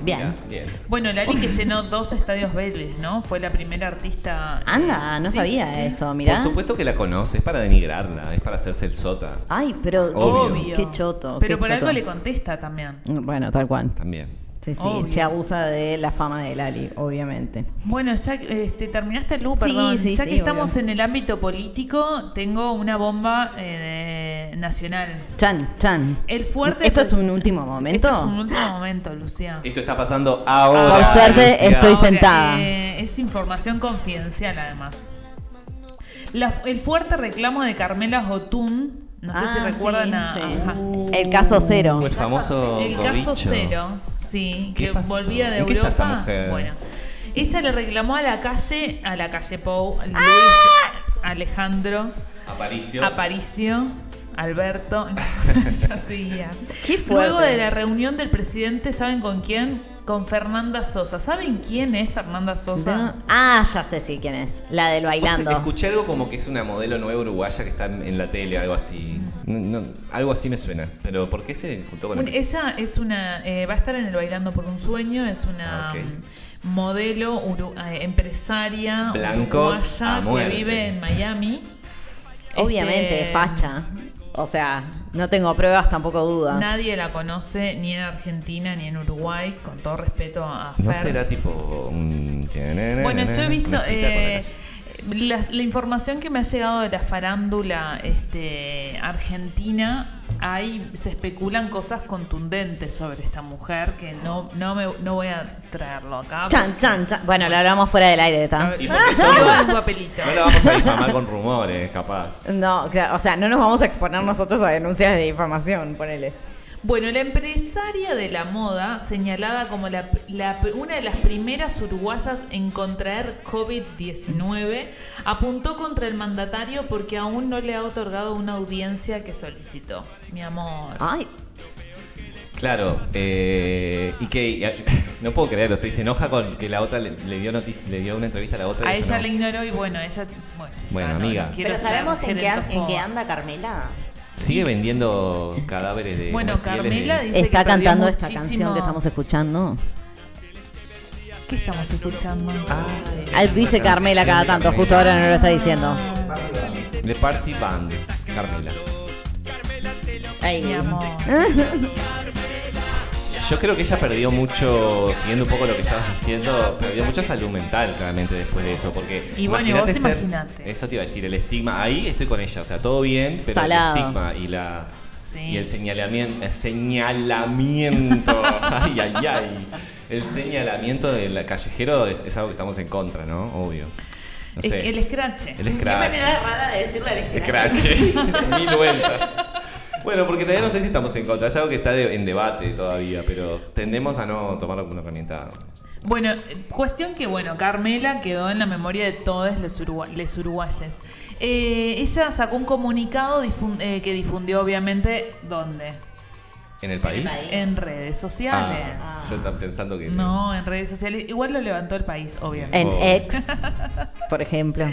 Speaker 2: Bien.
Speaker 3: Bien.
Speaker 4: Bueno, Lali que llenó dos estadios Vélez, ¿no? Fue la primera artista. eh,
Speaker 2: Anda, no
Speaker 4: Sí,
Speaker 2: sabía
Speaker 4: sí, sí.
Speaker 2: eso, mirá.
Speaker 3: Por supuesto que la conoce, es para denigrarla, es para hacerse el sota
Speaker 2: Ay, pero qué-
Speaker 3: Obvio.
Speaker 2: Qué, choto. qué
Speaker 4: Pero por
Speaker 2: choto. Mm,
Speaker 4: algo le contesta también.
Speaker 2: Bueno, tal cual.
Speaker 3: también.
Speaker 2: Sí, sí,
Speaker 4: Obvio.
Speaker 2: se abusa de la fama de Lali, obviamente.
Speaker 4: Bueno, ya que, este, terminaste Lu,
Speaker 2: Sí,
Speaker 4: perdón.
Speaker 2: sí,
Speaker 4: ya
Speaker 2: sí,
Speaker 4: que estamos
Speaker 2: obvio.
Speaker 4: en el ámbito político, tengo una bomba eh, de- nacional.
Speaker 2: Chan, Chan.
Speaker 4: El fuerte.
Speaker 2: ¿Esto es un último momento?
Speaker 4: Esto es un último momento, Lucía.
Speaker 3: Esto está pasando ahora.
Speaker 2: Por suerte, estoy
Speaker 4: Ahora,
Speaker 2: sentada.
Speaker 4: eh, es información confidencial, además. La- el fuerte reclamo de Carmela Jotún. No sé si
Speaker 2: Ah,
Speaker 4: recuerdan
Speaker 2: sí,
Speaker 4: a.
Speaker 2: sí.
Speaker 4: ajá.
Speaker 3: Uh,
Speaker 2: El caso cero.
Speaker 3: El famoso
Speaker 4: El caso
Speaker 3: corricho.
Speaker 4: cero, sí,
Speaker 3: ¿Qué
Speaker 4: que
Speaker 3: pasó?
Speaker 4: volvía de
Speaker 3: ¿En qué
Speaker 4: Europa.
Speaker 3: está esa mujer?
Speaker 4: Bueno, ella le reclamó a la calle, a la calle Pou, Luis,
Speaker 2: ¡Ah!
Speaker 4: Alejandro,
Speaker 3: Aparicio.
Speaker 4: Aparicio,
Speaker 3: (laughs)
Speaker 4: Alberto, ya seguía.
Speaker 2: Qué fuerte.
Speaker 4: Luego de la reunión del presidente, ¿saben con quién? Con Fernanda Sosa. ¿Saben quién es Fernanda Sosa?
Speaker 2: Ah, ya sé sí quién es. La del
Speaker 3: Vos
Speaker 2: bailando.
Speaker 3: Escuché algo como que es una modelo nueva uruguaya que está en en la tele, algo así. No, no, algo así me suena. Pero ¿por qué se juntó con
Speaker 4: Un-
Speaker 3: el presidente?
Speaker 4: ella es una, eh, va a estar en el Bailando por un Sueño, es una
Speaker 3: Ah, ok.
Speaker 4: mm, modelo, uru- eh, empresaria,
Speaker 3: Blancos a
Speaker 4: uruguaya que
Speaker 3: muerte.
Speaker 4: vive en Miami.
Speaker 2: Obviamente,
Speaker 4: Este,
Speaker 2: facha. O sea, no tengo pruebas, tampoco dudas.
Speaker 4: Nadie la conoce, ni en Argentina, ni en Uruguay, con todo respeto a
Speaker 3: No
Speaker 4: Fer.
Speaker 3: será tipo un...
Speaker 4: Bueno, yo he visto...
Speaker 3: una cita con la
Speaker 4: eh,
Speaker 3: calle?
Speaker 4: la, la información que me ha llegado de la farándula este, argentina, ahí se especulan cosas contundentes sobre esta mujer que no, no, me, no voy a traerlo acá.
Speaker 2: Chan, chan, chan. Bueno, lo hablamos fuera del aire,
Speaker 4: A
Speaker 2: ¿está?
Speaker 4: ver,
Speaker 3: Y porque son-
Speaker 4: todo el papelito.
Speaker 3: No la vamos a difamar con rumores, capaz.
Speaker 2: No, claro, o sea, no nos vamos a exponer nosotros a denuncias de difamación, ponele.
Speaker 4: Bueno, la empresaria de la moda, señalada como la- la- una de las primeras uruguayas en contraer COVID-19, apuntó contra el mandatario porque aún no le ha otorgado una audiencia que solicitó. Mi amor.
Speaker 2: Ay,
Speaker 3: Claro, eh, y que y a- no puedo creerlo, o sea, y se enoja con que la otra le, le dio notici- le dio una entrevista a la otra.
Speaker 4: A
Speaker 3: y yo
Speaker 4: ella
Speaker 3: no.
Speaker 4: la ignoró y bueno, ella. Bueno,
Speaker 3: Bueno,
Speaker 4: ah, no,
Speaker 3: amiga.
Speaker 4: no quiero
Speaker 5: Pero
Speaker 4: ser
Speaker 5: sabemos en qué, an- en qué
Speaker 4: gerontofoba.
Speaker 5: anda Carmela.
Speaker 3: Sigue vendiendo cadáveres de
Speaker 4: Bueno,
Speaker 3: pieles de-
Speaker 4: Carmela dice que
Speaker 2: está
Speaker 4: perdió
Speaker 2: cantando esta
Speaker 4: muchísimo-
Speaker 2: canción que estamos escuchando.
Speaker 4: ¿Qué estamos escuchando?
Speaker 2: Ah, Dice Carmela cada tanto, justo ahora no lo está diciendo.
Speaker 3: de Party Band, Carmela.
Speaker 2: Ay,
Speaker 4: Mi amor.
Speaker 5: ¿Eh?
Speaker 3: Yo creo que ella perdió mucho, siguiendo un poco lo que estabas diciendo, perdió mucha salud mental claramente después de eso, porque
Speaker 4: Y bueno, y vos
Speaker 3: imagínate ser-
Speaker 4: imaginate.
Speaker 3: Eso te iba a decir, el estigma, ahí estoy con ella, o sea, todo bien, pero
Speaker 2: Salado.
Speaker 3: el estigma y la
Speaker 4: Sí.
Speaker 3: y el señalamiento, el señalamiento, (laughs) ay ay ay. El señalamiento del callejero es, es algo que estamos en contra, ¿no? Obvio. No
Speaker 4: Es que
Speaker 3: sé.
Speaker 4: el escrache.
Speaker 3: El scratch.
Speaker 5: rara de decirle al
Speaker 3: Scratch. Mil vueltas. Bueno, porque todavía no sé si estamos en contra. Es algo que está de- en debate todavía, pero tendemos a no tomarlo como una herramienta.
Speaker 4: Bueno, eh, cuestión que, bueno, Carmela quedó en la memoria de todos los, urugua- les uruguayes. Eh, ella sacó un comunicado difun- eh, que difundió, obviamente, ¿dónde?
Speaker 3: ¿En el país?
Speaker 5: país.
Speaker 4: En redes sociales.
Speaker 3: Ah, yo estaba pensando que.
Speaker 4: No, en redes sociales. Igual lo levantó el país, obviamente.
Speaker 2: En
Speaker 3: Oh.
Speaker 2: ex, por ejemplo.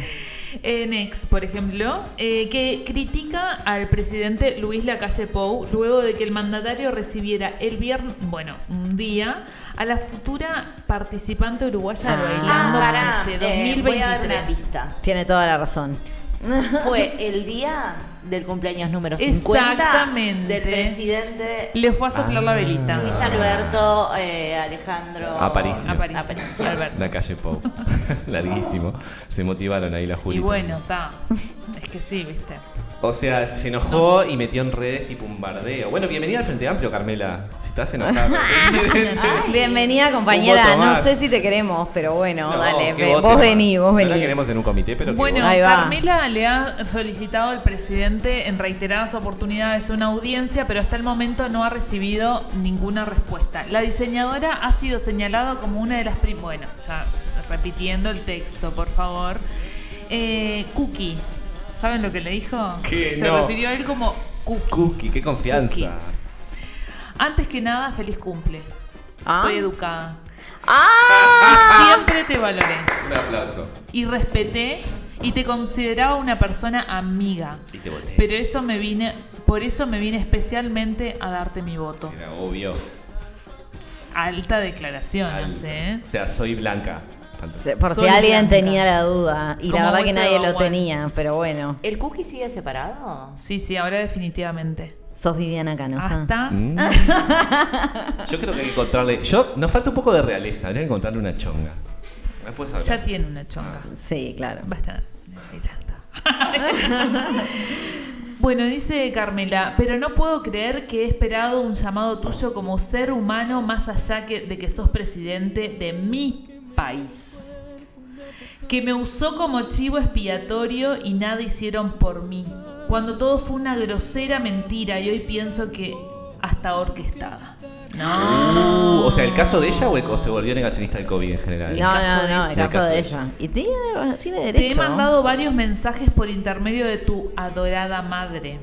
Speaker 4: En Ex, por ejemplo, eh, que critica al presidente Luis Lacalle Pou luego de que el mandatario recibiera el viernes, bueno, un día, a la futura participante uruguaya de
Speaker 2: Ah.
Speaker 4: Bailando
Speaker 5: Ah, pará.
Speaker 4: de
Speaker 5: eh, voy a dar una
Speaker 4: 2023.
Speaker 5: pista.
Speaker 2: Tiene toda la razón.
Speaker 5: Fue el día del cumpleaños número 50
Speaker 4: Exactamente.
Speaker 5: del presidente
Speaker 4: Le fue a soplar la velita.
Speaker 5: Luis Alberto eh, Alejandro
Speaker 3: Aparicio.
Speaker 4: Aparicio.
Speaker 5: Aparicio.
Speaker 4: Alberto.
Speaker 3: La calle Pau. (laughs) Larguísimo. Se motivaron ahí la
Speaker 4: Y
Speaker 3: Julita.
Speaker 4: bueno, está. Es que sí, viste.
Speaker 3: O sea, se enojó y metió en redes tipo un bardeo. Bueno, bienvenida al Frente Amplio, Carmela. Si estás enojada. con el presidente.
Speaker 2: Bienvenida, compañera.
Speaker 3: voto
Speaker 2: No
Speaker 3: más.
Speaker 2: sé si te queremos, pero bueno,
Speaker 3: No,
Speaker 2: dale.
Speaker 3: que
Speaker 2: ve- Vos,
Speaker 3: voten,
Speaker 2: vení, vos
Speaker 3: no
Speaker 2: vení.
Speaker 3: la queremos en un comité, pero que
Speaker 4: Bueno,
Speaker 3: voten.
Speaker 2: Ahí va.
Speaker 4: Carmela le ha solicitado al presidente en reiteradas oportunidades una audiencia, pero hasta el momento no ha recibido ninguna respuesta. La diseñadora ha sido señalada como una de las prim- bueno, ya repitiendo el texto, por favor. Eh, cookie, ¿saben lo que le dijo?
Speaker 3: Que
Speaker 4: Se
Speaker 3: no.
Speaker 4: refirió a él como Cookie.
Speaker 3: Cookie, qué confianza.
Speaker 4: Antes que nada, feliz cumple.
Speaker 2: Ah.
Speaker 4: Soy educada.
Speaker 2: ¡Ah!
Speaker 4: Siempre te valoré
Speaker 3: Un aplauso.
Speaker 4: y respeté y te consideraba una persona amiga.
Speaker 3: Y te voté.
Speaker 4: Pero eso me vine, por eso me vine especialmente a darte mi voto.
Speaker 3: Era obvio.
Speaker 4: Alta declaración, Alce, ¿eh?
Speaker 3: O sea, soy blanca. Tanto.
Speaker 2: Se- Por si
Speaker 4: Soy
Speaker 2: alguien
Speaker 4: blanca.
Speaker 2: tenía la duda. Y
Speaker 4: Como
Speaker 2: la verdad que
Speaker 4: hueso de
Speaker 2: nadie lo
Speaker 4: agua.
Speaker 2: tenía, pero bueno.
Speaker 5: ¿El cookie sigue separado?
Speaker 4: Sí, sí, ahora definitivamente.
Speaker 2: Sos Viviana Canosa.
Speaker 4: Hasta
Speaker 3: Mm. Yo creo que hay que encontrarle. Yo, nos falta un poco de realeza. Habría que encontrarle una chonga. ¿Me puedes hablar?
Speaker 4: ya tiene una chonga.
Speaker 2: Sí, claro.
Speaker 4: Basta, no hay tanto. (laughs) Bueno, dice Carmela, pero no puedo creer que he esperado un llamado tuyo como ser humano más allá que- de que sos presidente de mi país. Que me usó como chivo expiatorio y nada hicieron por mí. Cuando todo fue una grosera mentira y hoy pienso que hasta orquestada.
Speaker 3: Uh, o sea, ¿el caso de ella o, el- o se volvió negacionista del COVID en general?
Speaker 2: No,
Speaker 4: caso
Speaker 2: no,
Speaker 4: de
Speaker 2: no,
Speaker 4: ella.
Speaker 2: el
Speaker 3: Sí, el
Speaker 2: caso
Speaker 3: caso
Speaker 2: de
Speaker 3: de
Speaker 2: ella. Y tiene, tiene
Speaker 4: Te he
Speaker 2: derecho.
Speaker 4: mandado varios mensajes por intermedio de tu adorada madre.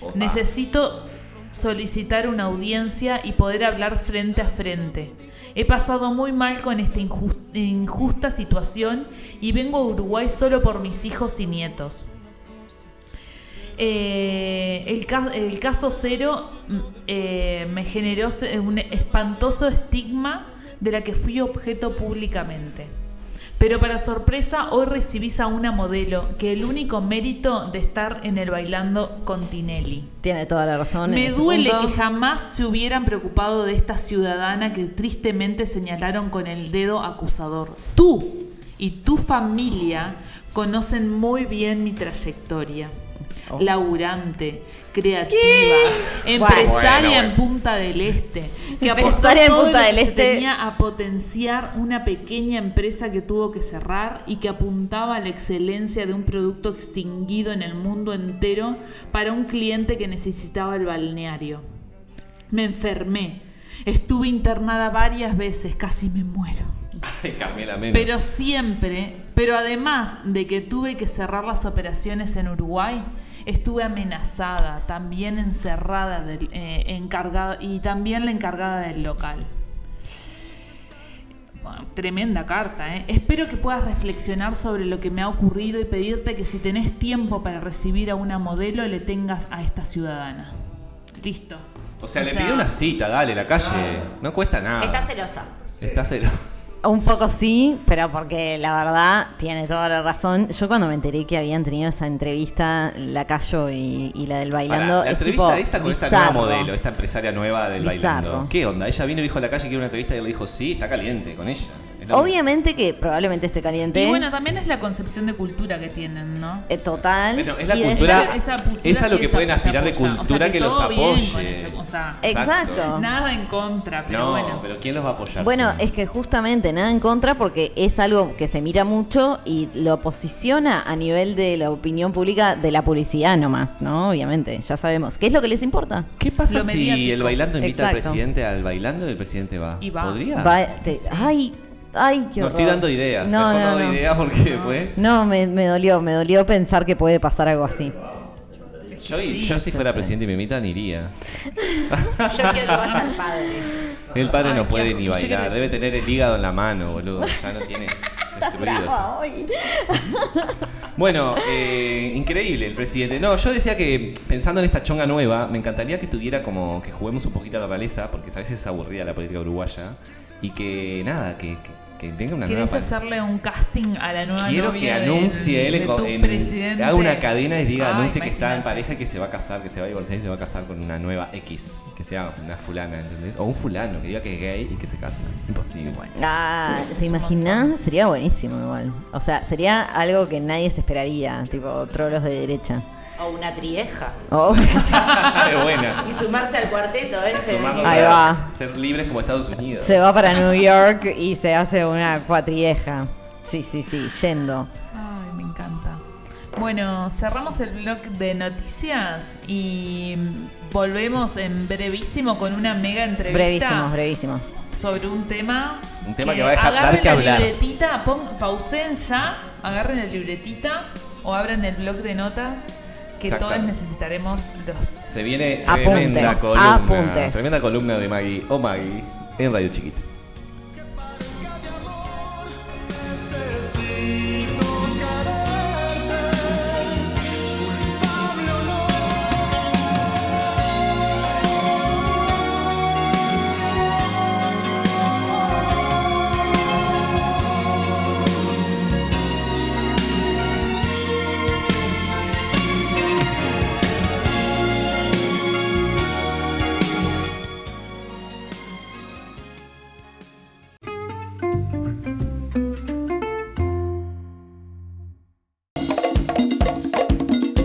Speaker 3: Opa.
Speaker 4: Necesito solicitar una audiencia y poder hablar frente a frente. He pasado muy mal con esta injus- injusta situación y vengo a Uruguay solo por mis hijos y nietos. Eh, el, ca- el caso cero mm, eh, me generó se- un espantoso estigma de la que fui objeto públicamente. Pero para sorpresa, hoy recibís a una modelo que el único mérito de estar en el bailando con Tinelli.
Speaker 2: Tiene toda la razón. en
Speaker 4: Me
Speaker 2: ese
Speaker 4: duele
Speaker 2: punto.
Speaker 4: que jamás se hubieran preocupado de esta ciudadana que tristemente señalaron con el dedo acusador. Tú y tu familia conocen muy bien mi trayectoria.
Speaker 3: Oh.
Speaker 4: Laburante, creativa, empresaria
Speaker 3: Bueno, bueno.
Speaker 4: en Punta del Este, que aportó
Speaker 2: Empresaria en
Speaker 4: todo
Speaker 2: Punta
Speaker 4: lo
Speaker 2: del
Speaker 4: que se
Speaker 2: Este.
Speaker 4: tenía a potenciar una pequeña empresa que tuvo que cerrar y que apuntaba a la excelencia de un producto extinguido en el mundo entero para un cliente que necesitaba el balneario. Me enfermé, estuve internada varias veces, casi me muero.
Speaker 3: Ay, Carmela Mena.
Speaker 4: Pero siempre, pero además de que tuve que cerrar las operaciones en Uruguay, estuve amenazada, también encerrada del- eh, encargada, y también la encargada del local. Bueno, tremenda carta, ¿eh? Espero que puedas reflexionar sobre lo que me ha ocurrido y pedirte que si tenés tiempo para recibir a una modelo, le tengas a esta ciudadana. Listo.
Speaker 3: o sea, le pidió una cita, dale, la calle. No cuesta nada.
Speaker 5: Está celosa.
Speaker 3: Está cero.
Speaker 2: Un poco sí, pero porque la verdad tiene toda la razón. Yo cuando me enteré que habían tenido esa entrevista, la Cayo y, y la del bailando.
Speaker 3: Pará, la
Speaker 2: es
Speaker 3: entrevista
Speaker 2: tipo
Speaker 3: esa con esa nueva
Speaker 2: bizarro.
Speaker 3: modelo, esta empresaria nueva del
Speaker 2: Bizarro.
Speaker 3: bailando. ¿Qué onda? Ella vino y dijo a la calle que era una entrevista y él le dijo, sí, está caliente con ella. Es la
Speaker 2: Obviamente que probablemente esté caliente.
Speaker 4: Y bueno, también es la concepción de cultura que tienen, ¿no?
Speaker 2: eh, total.
Speaker 3: Bueno, es la
Speaker 2: Y de
Speaker 3: cultura-
Speaker 2: ser-
Speaker 4: esa, cultura
Speaker 3: es a lo
Speaker 4: sí
Speaker 3: que pueden
Speaker 4: se
Speaker 3: aspirar de
Speaker 4: apoya.
Speaker 3: cultura que los
Speaker 4: todo bien con
Speaker 3: apoye.
Speaker 4: esa- o sea,
Speaker 3: Exacto.
Speaker 2: Exacto.
Speaker 4: nada en contra, pero
Speaker 3: No,
Speaker 4: bueno.
Speaker 3: pero ¿quién los va a apoyar?
Speaker 2: Bueno,
Speaker 3: si no?
Speaker 2: es que justamente nada en contra porque es algo que se mira mucho y lo posiciona a nivel de la opinión pública de la publicidad nomás, ¿no? Obviamente, ya sabemos. ¿Qué es lo que les importa?
Speaker 3: ¿Qué pasa
Speaker 4: Lo
Speaker 3: si
Speaker 4: mediático.
Speaker 3: el bailando invita al
Speaker 2: Exacto.
Speaker 3: presidente al bailando y el presidente va?
Speaker 4: Y va.
Speaker 3: ¿Podría?
Speaker 2: Va- te- ay, ay, qué
Speaker 3: no
Speaker 2: horror.
Speaker 3: estoy dando ideas.
Speaker 2: No,
Speaker 3: Mejor
Speaker 2: no,
Speaker 3: no, doy
Speaker 2: no.
Speaker 3: ideas porque pues.
Speaker 2: No, me, me dolió, me dolió pensar que puede pasar algo así.
Speaker 3: Yo, yo si fuera presidente y me invitan iría.
Speaker 5: Yo quiero que vaya al padre.
Speaker 3: El padre
Speaker 4: Ay,
Speaker 3: no
Speaker 4: qué
Speaker 3: puede
Speaker 4: asco.
Speaker 3: ni
Speaker 4: Yo quiero
Speaker 3: bailar,
Speaker 4: decir-
Speaker 3: debe tener el hígado en la mano, boludo. Ya no tiene. destruido. Bueno, eh, increíble el presidente. No, yo decía que pensando en esta chonga nueva, me encantaría que tuviera como que juguemos un poquito a la realeza, porque a veces es aburrida la política uruguaya, y que nada, que, que, que tenga una nueva...
Speaker 4: ¿Querés
Speaker 3: pan-
Speaker 4: hacerle un casting a la nueva
Speaker 3: Quiero que
Speaker 4: novia del-
Speaker 3: anuncie él
Speaker 4: de
Speaker 3: en-
Speaker 4: tu
Speaker 3: en-
Speaker 4: presidente?
Speaker 3: haga una cadena y diga,
Speaker 4: Ay,
Speaker 3: anuncie que está en
Speaker 4: imagínate.
Speaker 3: pareja y que se va a casar, que se va a divorciar y se va a casar con una nueva X, que sea una fulana, ¿entendés? O un fulano, que diga que es gay y que se casa. Imposible.
Speaker 2: Ah, ¿te imaginas? Sería buenísimo igual. O sea, sería algo que nadie se esperaría, tipo trolos de derecha.
Speaker 5: O una trieja.
Speaker 2: Oh,
Speaker 3: (laughs) Ah, Qué buena.
Speaker 5: Y sumarse al cuarteto ese.
Speaker 3: Sumarnos
Speaker 2: Ahí
Speaker 3: a
Speaker 2: va.
Speaker 3: Ser libres como Estados Unidos.
Speaker 2: (laughs) se va para New York y se hace una cuatrieja. Sí, sí, sí, yendo.
Speaker 4: Ay, me encanta. Bueno, cerramos el blog de noticias y volvemos en brevísimo con una mega entrevista.
Speaker 2: Brevísimos, brevísimos.
Speaker 4: sobre un tema.
Speaker 3: Un tema que va a dejar- dar
Speaker 4: agarren
Speaker 3: que hablar.
Speaker 4: la libretita, pon- pausen ya, agarren la libretita o abran el blog de notas que todos
Speaker 3: Exactamente.
Speaker 4: necesitaremos los
Speaker 3: Se viene
Speaker 2: Apuntes,
Speaker 3: tremenda columna.
Speaker 2: apuntes.
Speaker 3: Tremenda columna de Maggie o Maggie en Radio Chiquito.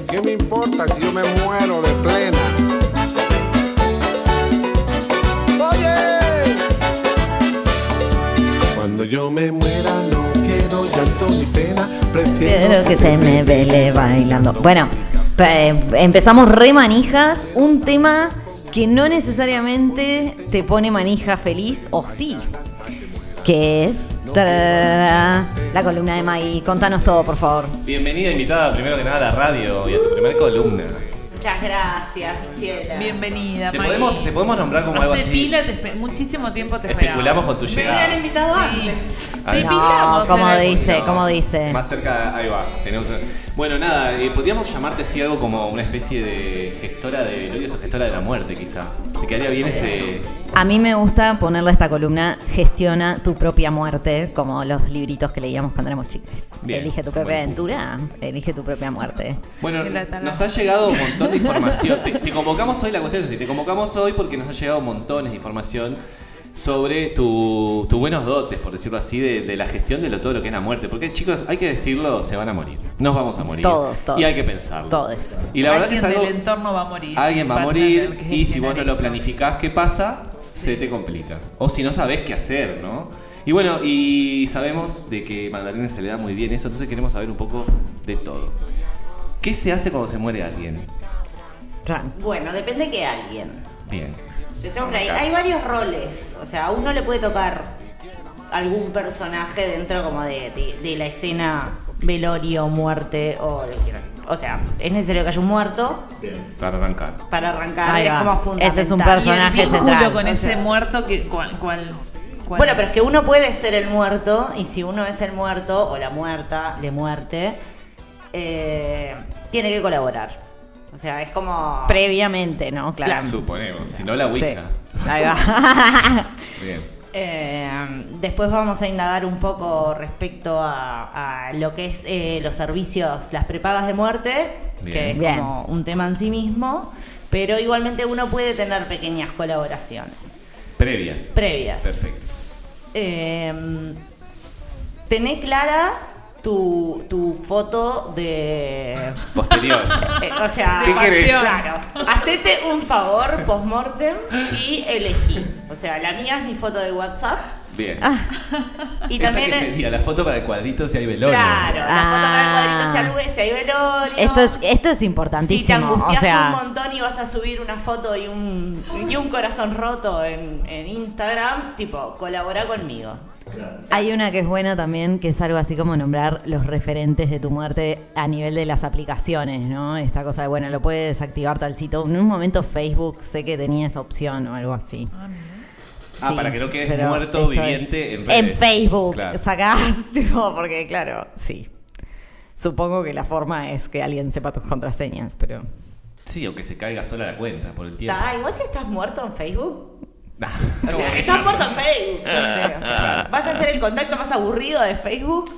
Speaker 7: ¿Qué me importa si yo me muero de plena? Oye, cuando yo me muera no quiero llanto ni pena, prefiero,
Speaker 2: Quiero que se me vele bailando. Bueno, eh, empezamos re manijas. Un tema que no necesariamente te pone manija feliz, o sí. Que es tararara, la columna de Maggie. Contanos todo, por favor.
Speaker 3: Bienvenida invitada primero que nada a la radio y a tu primer columna.
Speaker 5: Muchas gracias, mi cielo.
Speaker 4: Bienvenida,
Speaker 3: Te
Speaker 4: Maggie.
Speaker 3: podemos, te podemos nombrar como algo
Speaker 4: Hace
Speaker 3: así.
Speaker 4: pila, te espe- muchísimo tiempo te
Speaker 3: Especulamos con tu
Speaker 5: Me hubieran
Speaker 3: llegada. Ah,
Speaker 5: invitado
Speaker 4: Sí.
Speaker 5: antes.
Speaker 4: Te
Speaker 3: Ahí.
Speaker 2: No,
Speaker 4: invitamos. eh,
Speaker 2: como
Speaker 4: en el-
Speaker 2: dice,
Speaker 3: No,
Speaker 2: como dice.
Speaker 3: Más cerca, ahí va. Tenemos una- Bueno, nada, eh, podríamos llamarte así algo como una especie de gestora de velorios o gestora de la muerte, quizá. Te quedaría bien ese.
Speaker 2: A mí me gusta ponerle a esta columna Gestiona tu propia muerte, como los libritos que leíamos cuando éramos chicas.
Speaker 3: Bien,
Speaker 2: elige tu
Speaker 3: es un
Speaker 2: propia
Speaker 3: buen punto.
Speaker 2: aventura, elige tu propia muerte.
Speaker 3: Bueno,
Speaker 4: Que la tala-
Speaker 3: nos ha llegado un montón de información. te, te convocamos hoy, la cuestión es así, te convocamos hoy porque nos ha llegado montones de información sobre tu- tus buenos dotes, por decirlo así, de, de la gestión de lo, todo lo que es la muerte. Porque, chicos, hay que decirlo, se van a morir. Nos vamos a morir.
Speaker 2: Todos, todos.
Speaker 3: Y hay que pensarlo.
Speaker 2: Todos.
Speaker 3: Y la verdad que es
Speaker 4: Alguien
Speaker 3: algo...
Speaker 4: del entorno va a morir.
Speaker 3: Alguien va a
Speaker 4: Van
Speaker 3: morir
Speaker 4: tener que
Speaker 3: y si vos
Speaker 4: gestionar
Speaker 3: no lo
Speaker 4: esto.
Speaker 3: planificás, ¿qué pasa? Se te complica. O si no sabés qué hacer, ¿no? Y bueno, y sabemos de que Magdalena se le da muy bien eso, entonces queremos saber un poco de todo. ¿Qué se hace cuando se muere alguien?
Speaker 2: Tran.
Speaker 5: Bueno, depende que alguien.
Speaker 3: Bien.
Speaker 5: Pensemos que hay, hay varios roles. O sea, a uno le puede tocar algún personaje dentro como de, de- de la escena velorio, muerte o lo que quieran. O sea, es necesario que haya un muerto
Speaker 3: Para arrancar.
Speaker 5: para arrancar.
Speaker 2: Ahí
Speaker 5: Es
Speaker 2: va.
Speaker 5: como fundamental.
Speaker 2: Ese es un
Speaker 4: Y el
Speaker 2: personaje
Speaker 4: vínculo
Speaker 2: central.
Speaker 4: con
Speaker 5: o
Speaker 4: ese
Speaker 5: sea.
Speaker 4: muerto que cuál, cuál- cuál
Speaker 5: Bueno, pero es que uno puede ser el muerto, y si uno es el muerto, o la muerta, de muerte, eh, tiene que colaborar. O sea, es como.
Speaker 2: Previamente, ¿no? Claro.
Speaker 3: Suponemos, si no la
Speaker 2: Sí.
Speaker 3: Ouija.
Speaker 2: Ahí va.
Speaker 3: (laughs) Bien.
Speaker 5: Eh, después vamos a indagar un poco respecto a, a lo que es eh, los servicios, las prepagas de muerte,
Speaker 3: Bien.
Speaker 5: que es
Speaker 2: Bien.
Speaker 5: como un tema en sí mismo, pero igualmente uno puede tener pequeñas colaboraciones
Speaker 3: Previas.
Speaker 5: previas.
Speaker 3: Perfecto.
Speaker 5: Eh, tené clara tu, tu foto de.
Speaker 2: (laughs)
Speaker 3: Posterior.
Speaker 5: eh, o sea,
Speaker 3: ¿Qué querés?
Speaker 5: Claro. Hacete un favor postmortem y elegí. O sea, la mía es mi foto de WhatsApp.
Speaker 3: Bien.
Speaker 2: Ah,
Speaker 5: Y
Speaker 3: Esa
Speaker 5: también.
Speaker 3: que
Speaker 5: es-
Speaker 3: sería la foto para el cuadrito si hay velorio.
Speaker 5: Claro, la foto para el cuadrito si
Speaker 2: Ah.
Speaker 5: hay velorio, si hay velorio.
Speaker 2: Esto es, esto es
Speaker 5: Si te
Speaker 2: importantísimo. o
Speaker 5: angustias un
Speaker 2: sea,
Speaker 5: montón y vas a subir una foto y un, y un corazón roto en, en Instagram, tipo, colabora conmigo.
Speaker 2: hay una que es buena también, que es algo así como nombrar los referentes de tu muerte a nivel de las aplicaciones, ¿no? Esta cosa de, bueno, lo puedes desactivar tal sitio. En un momento Facebook sé que tenía esa opción o algo así.
Speaker 3: Ah,
Speaker 2: Sí,
Speaker 3: para que no quedes
Speaker 2: pero
Speaker 3: muerto,
Speaker 2: estoy-
Speaker 3: viviente en redes.
Speaker 2: En Facebook,
Speaker 3: Claro.
Speaker 2: sacás, (laughs) tipo, porque claro, sí. Supongo que la forma es que alguien sepa tus contraseñas, pero...
Speaker 3: Sí, o que se caiga sola la cuenta por el tiempo. (laughs)
Speaker 5: Ta, Ah, igual si estás muerto en Facebook.
Speaker 3: Nah.
Speaker 5: O sea, estás muerto en Facebook. no sé, o
Speaker 3: Ah,
Speaker 5: sea, vas a ser el contacto más aburrido de Facebook.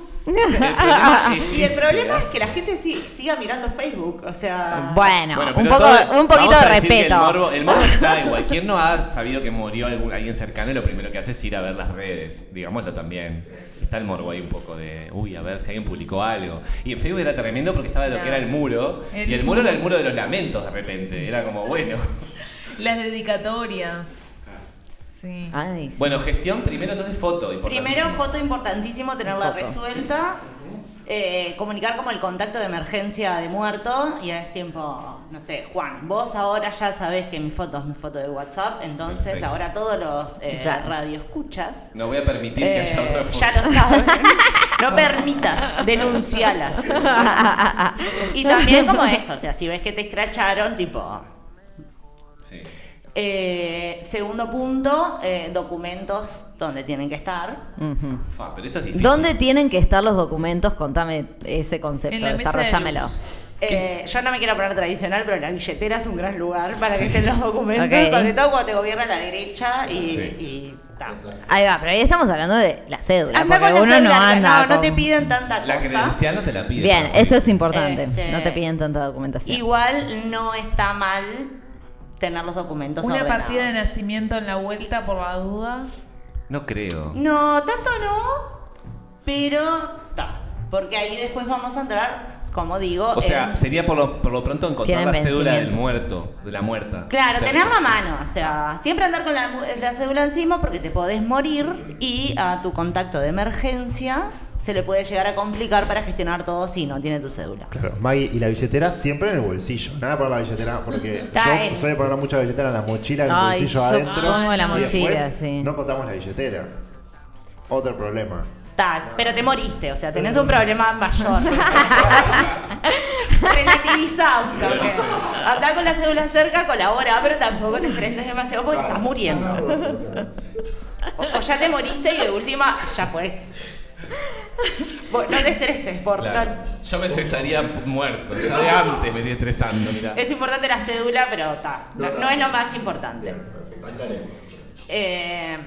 Speaker 5: Ah,
Speaker 3: El problema
Speaker 5: (laughs)
Speaker 3: es
Speaker 5: Y el
Speaker 3: que
Speaker 5: problema
Speaker 3: seas-
Speaker 5: es que la gente sí- siga mirando Facebook. O sea.
Speaker 2: Bueno,
Speaker 3: Ah. Bueno,
Speaker 2: un,
Speaker 3: pero
Speaker 2: poco,
Speaker 3: todo-
Speaker 2: un poquito
Speaker 3: vamos
Speaker 2: de
Speaker 3: a decir que
Speaker 2: respeto.
Speaker 3: El morbo, el morbo está
Speaker 2: (laughs)
Speaker 3: igual. Quien no ha sabido que murió algún- alguien cercano, lo primero que hace es ir a ver las redes. Digámoslo también. Está el morbo ahí un poco de, uy, a ver si alguien publicó algo. Y en Facebook era tremendo porque estaba lo que era el muro.
Speaker 4: El-
Speaker 3: Y el muro era
Speaker 5: (laughs)
Speaker 3: el muro de los lamentos de repente. Era como, bueno.
Speaker 4: Las dedicatorias. Sí.
Speaker 2: Ay, sí.
Speaker 3: Bueno, gestión, primero entonces foto.
Speaker 5: Primero,
Speaker 3: importantísimo.
Speaker 5: foto importantísimo, tenerla
Speaker 2: Foto.
Speaker 5: resuelta. Eh, comunicar como el contacto de emergencia de muerto. Y a es tiempo, no sé, Juan, vos ahora ya sabés que mi foto es mi foto de WhatsApp. Entonces,
Speaker 3: Perfecto.
Speaker 5: ahora todos los eh,
Speaker 2: Claro.
Speaker 5: radioescuchas.
Speaker 3: No voy a permitir que
Speaker 5: eh,
Speaker 3: haya otra foto.
Speaker 5: ya lo saben.
Speaker 3: (laughs)
Speaker 5: No permitas, denuncialas.
Speaker 3: (laughs)
Speaker 5: Y
Speaker 2: (laughs)
Speaker 5: también como eso, o sea, si ves que te escracharon, tipo,
Speaker 3: Sí.
Speaker 5: eh, segundo punto, eh, documentos donde tienen que estar.
Speaker 2: Ujú.
Speaker 3: Fa, pero eso es
Speaker 2: (laughs)
Speaker 3: difícil.
Speaker 2: ¿Dónde tienen que estar los documentos? Contame ese
Speaker 4: En
Speaker 2: concepto,
Speaker 4: la mesa de
Speaker 2: desarrollámelo.
Speaker 4: luz.
Speaker 5: Eh, yo no me quiero poner tradicional, pero la billetera es un gran lugar para que estén los documentos,
Speaker 2: Ok.
Speaker 5: sobre todo cuando te gobierna la derecha y...
Speaker 3: Sí.
Speaker 5: y ta.
Speaker 2: Ahí va, pero ahí estamos hablando de la cédula,
Speaker 5: Anda
Speaker 2: porque
Speaker 5: con la
Speaker 2: uno no
Speaker 5: cédula,
Speaker 2: anda
Speaker 5: no, no
Speaker 2: con-
Speaker 5: te piden tanta
Speaker 3: La
Speaker 5: cosa.
Speaker 3: credencial no te la pide.
Speaker 2: Bien,
Speaker 3: pero-
Speaker 2: esto es importante,
Speaker 5: Este-
Speaker 2: no te piden tanta documentación.
Speaker 5: Igual no está mal tener los documentos
Speaker 4: Una
Speaker 5: ordenados.
Speaker 4: partida de nacimiento en la vuelta por la duda.
Speaker 3: No creo.
Speaker 5: No, tanto no, pero ta, porque ahí después vamos a entrar, como digo,
Speaker 3: O sea,
Speaker 5: en-
Speaker 3: sería por lo, por lo pronto encontrar
Speaker 2: Tienen
Speaker 3: la cédula del
Speaker 2: vencimiento.
Speaker 3: muerto, de la muerta.
Speaker 5: claro,
Speaker 3: Cerca.
Speaker 5: tener la mano, o sea, siempre andar con la, mu- la cédula encima porque te podés morir y a tu contacto de emergencia se le puede llegar a complicar para gestionar todo si no tiene tu cédula.
Speaker 6: Claro, Maggie, y la billetera siempre en el bolsillo. Nada para la billetera, porque
Speaker 5: Está
Speaker 6: yo
Speaker 5: bien.
Speaker 6: soy de poner mucha billetera en las mochilas, en el
Speaker 2: Ay,
Speaker 6: bolsillo
Speaker 2: yo
Speaker 6: adentro.
Speaker 2: pongo la
Speaker 6: y después
Speaker 2: mochila, sí.
Speaker 6: No contamos la billetera. Otro problema.
Speaker 5: Ta, pero te moriste, o sea, tenés un
Speaker 3: (laughs)
Speaker 5: problema mayor. Relativizá un toque. Andá con la cédula cerca, colabora, pero tampoco te estreses demasiado porque te estás muriendo. O, o ya te moriste y de última, ya fue. Vos no te estreses, por
Speaker 3: Claro.
Speaker 5: no-
Speaker 3: Yo me estresaría muerto. Ya de antes me estoy estresando, mirá.
Speaker 5: Es importante la cédula, pero ta, no, no es lo más importante. Eh,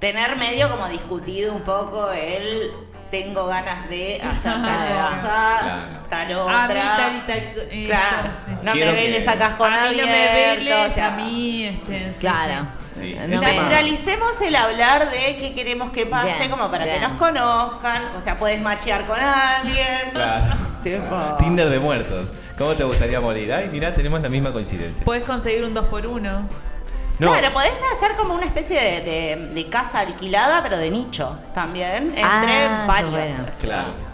Speaker 5: tener medio como discutido un poco el tengo ganas de hacer tal cosa,
Speaker 8: Claro.
Speaker 5: tal
Speaker 4: A mí
Speaker 5: otra.
Speaker 4: tal y tal. eh,
Speaker 5: Claro,
Speaker 4: sí, sí.
Speaker 5: no
Speaker 8: Quiero
Speaker 5: me bailes
Speaker 8: que-
Speaker 5: a cajón
Speaker 4: a mí
Speaker 5: abierto,
Speaker 4: no me bailes,
Speaker 5: o sea,
Speaker 4: a mí, este, sí,
Speaker 2: Claro.
Speaker 8: Sí.
Speaker 2: No
Speaker 8: El
Speaker 2: me-
Speaker 8: tema-
Speaker 5: Naturalicemos el hablar de qué queremos que pase,
Speaker 2: Bien,
Speaker 5: como para
Speaker 2: bien.
Speaker 5: que nos conozcan. O sea, puedes machear con alguien.
Speaker 8: Claro.
Speaker 5: Tipo-
Speaker 3: Tinder de muertos. ¿Cómo te gustaría morir? Ay, mirá, tenemos la misma coincidencia.
Speaker 4: sí. Podés conseguir un 2x1.
Speaker 3: No.
Speaker 5: Pues, Claro, podés hacer como una especie de, de- de casa alquilada, pero de nicho también, entre
Speaker 2: Ah,
Speaker 5: varios.
Speaker 2: bueno.
Speaker 5: o sea,
Speaker 8: Claro.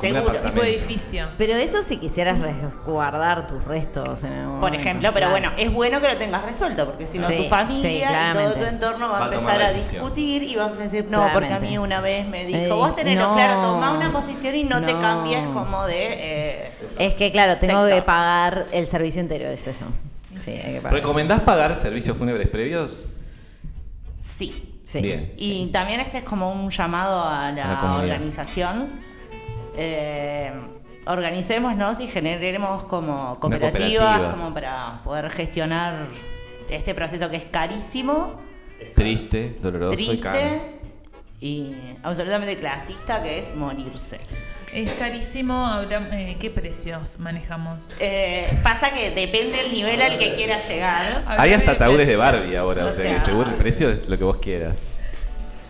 Speaker 8: Como un
Speaker 5: Seguro.
Speaker 4: Tipo
Speaker 8: apartamento.
Speaker 4: de edificio.
Speaker 2: Pero eso si quisieras resguardar tus restos en algún
Speaker 5: Por
Speaker 2: momento,
Speaker 5: ejemplo, pero
Speaker 2: claro.
Speaker 5: bueno, es bueno que lo tengas resuelto, porque si no
Speaker 2: Sí,
Speaker 5: tu familia
Speaker 2: sí,
Speaker 5: y todo tu
Speaker 2: claramente.
Speaker 5: entorno va,
Speaker 3: Va
Speaker 5: a
Speaker 3: a
Speaker 5: empezar
Speaker 3: tomar
Speaker 5: a
Speaker 3: decisión.
Speaker 5: discutir y vamos a decir, no, porque a
Speaker 2: Claramente.
Speaker 5: mí una vez me
Speaker 2: Ey,
Speaker 5: dijo, vos tenés lo
Speaker 2: no,
Speaker 5: claro, tomá una posición y no, te
Speaker 2: no.
Speaker 5: cambies como de... eh,
Speaker 2: Es que claro, tengo
Speaker 5: Sector.
Speaker 2: que pagar el servicio entero, es eso. Sí, hay que pagar.
Speaker 3: ¿Recomendás pagar servicios fúnebres previos?
Speaker 5: sí.
Speaker 2: Sí.
Speaker 3: Bien.
Speaker 5: Y también este es como un llamado a
Speaker 3: A la
Speaker 5: la
Speaker 3: comunidad.
Speaker 5: organización. Eh, organicémonos y generemos como
Speaker 3: Una
Speaker 5: cooperativas
Speaker 3: cooperativa.
Speaker 5: como para poder gestionar este proceso que es carísimo,
Speaker 3: Triste, doloroso y caro.
Speaker 5: triste y absolutamente clasista que es morirse.
Speaker 4: Es carísimo. habrá- eh, ¿Qué precios manejamos?
Speaker 5: Eh, pasa que depende del nivel al que quieras llegar.
Speaker 4: Habrá
Speaker 3: Hay hasta
Speaker 4: que-
Speaker 3: ataúdes de Barbie ahora, o
Speaker 5: O
Speaker 3: sea que
Speaker 5: sea-
Speaker 3: seguro el precio es lo que vos quieras.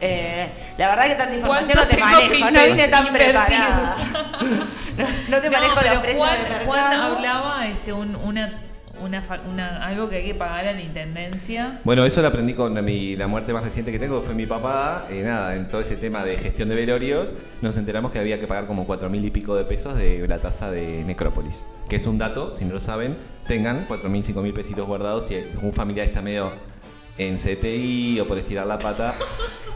Speaker 5: Eh, la verdad que tanta información
Speaker 4: ¿Cuánto
Speaker 5: no te
Speaker 4: tengo que
Speaker 5: manejo, no vine tan
Speaker 4: invertir?
Speaker 5: preparada. (laughs) No, no te manejo los
Speaker 4: pero
Speaker 5: precios
Speaker 4: Juan,
Speaker 5: del mercado.
Speaker 4: Juan hablaba este, un- una, una fa- una- algo que hay que pagar a la intendencia.
Speaker 3: Bueno, eso lo aprendí con mi- la muerte más reciente que tengo, que fue mi papá. Eh, nada, en todo ese tema de gestión de velorios, nos enteramos que había que pagar como cuatro mil y pico de pesos de la tasa de necrópolis. Que es un dato, si no lo saben, tengan cuatro mil, cinco mil pesitos guardados si un familiar está medio en CTI o por estirar la pata,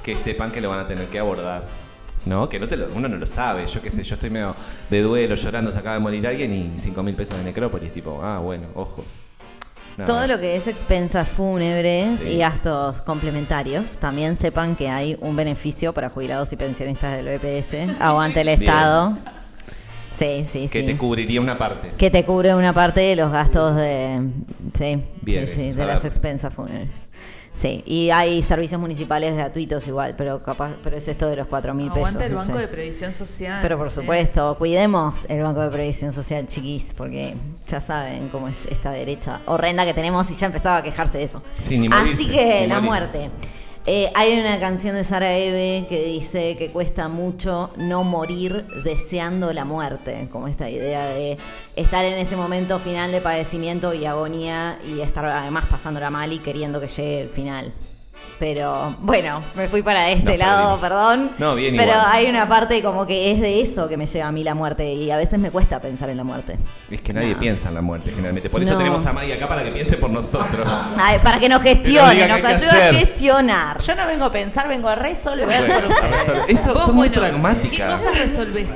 Speaker 3: que sepan que lo van a tener que abordar. No, que no te lo- uno no lo sabe, yo qué sé, yo estoy medio de duelo, llorando, se acaba de morir alguien y cinco mil pesos de necrópolis, tipo, ah, bueno, ojo. Nada
Speaker 2: Todo
Speaker 3: más.
Speaker 2: lo que es expensas fúnebres
Speaker 3: Sí.
Speaker 2: y gastos complementarios, también sepan que hay un beneficio para jubilados y pensionistas del
Speaker 3: (laughs)
Speaker 2: BPS. Aguante el Estado. Sí, sí,
Speaker 3: que
Speaker 2: sí.
Speaker 3: te cubriría una parte.
Speaker 2: que te cubre una parte de los gastos de, sí,
Speaker 3: Bien,
Speaker 2: sí,
Speaker 3: eso
Speaker 2: sí,
Speaker 3: es
Speaker 2: de las
Speaker 3: adapta.
Speaker 2: expensas fúnebres. Sí, y hay servicios municipales gratuitos igual, pero capaz, pero es esto de los cuatro mil pesos.
Speaker 4: Aguanta el
Speaker 2: no
Speaker 4: Banco
Speaker 2: sé.
Speaker 4: de Previsión Social.
Speaker 2: Pero por
Speaker 4: sí.
Speaker 2: supuesto, cuidemos el Banco de Previsión Social, chiquis, porque ya saben cómo es esta derecha horrenda que tenemos y ya empezaba a quejarse de eso.
Speaker 3: Sí, ni morirse,
Speaker 2: Así que
Speaker 3: ni
Speaker 2: la
Speaker 3: morirse.
Speaker 2: muerte. Eh, hay una canción de Sara Eve que dice que cuesta mucho no morir deseando la muerte, como esta idea de estar en ese momento final de padecimiento y agonía y estar además pasándola mal y queriendo que llegue el final. Pero bueno, me fui para este
Speaker 3: Nos
Speaker 2: lado,
Speaker 3: perdimos.
Speaker 2: perdón.
Speaker 3: No, bien
Speaker 2: Pero
Speaker 3: igual.
Speaker 2: hay una parte como que es de eso que me llega a mí la muerte y a veces me cuesta pensar en la muerte.
Speaker 3: Es que nadie
Speaker 2: No.
Speaker 3: piensa en la muerte generalmente. Por eso
Speaker 2: No.
Speaker 3: tenemos a Maggie acá para que piense por
Speaker 5: (laughs)
Speaker 3: nosotros.
Speaker 2: Ay, para que nos
Speaker 3: Que nos
Speaker 2: gestione,
Speaker 3: diga
Speaker 2: nos
Speaker 3: qué hay que
Speaker 2: ayude a
Speaker 3: hacer.
Speaker 2: gestionar.
Speaker 5: Yo no vengo a pensar, vengo a resolver.
Speaker 3: Bueno,
Speaker 5: por ustedes.
Speaker 3: a resolver. Eso,
Speaker 4: Vos,
Speaker 3: son muy
Speaker 4: bueno, ¿Qué
Speaker 3: pragmáticas.
Speaker 4: cosas resolvés,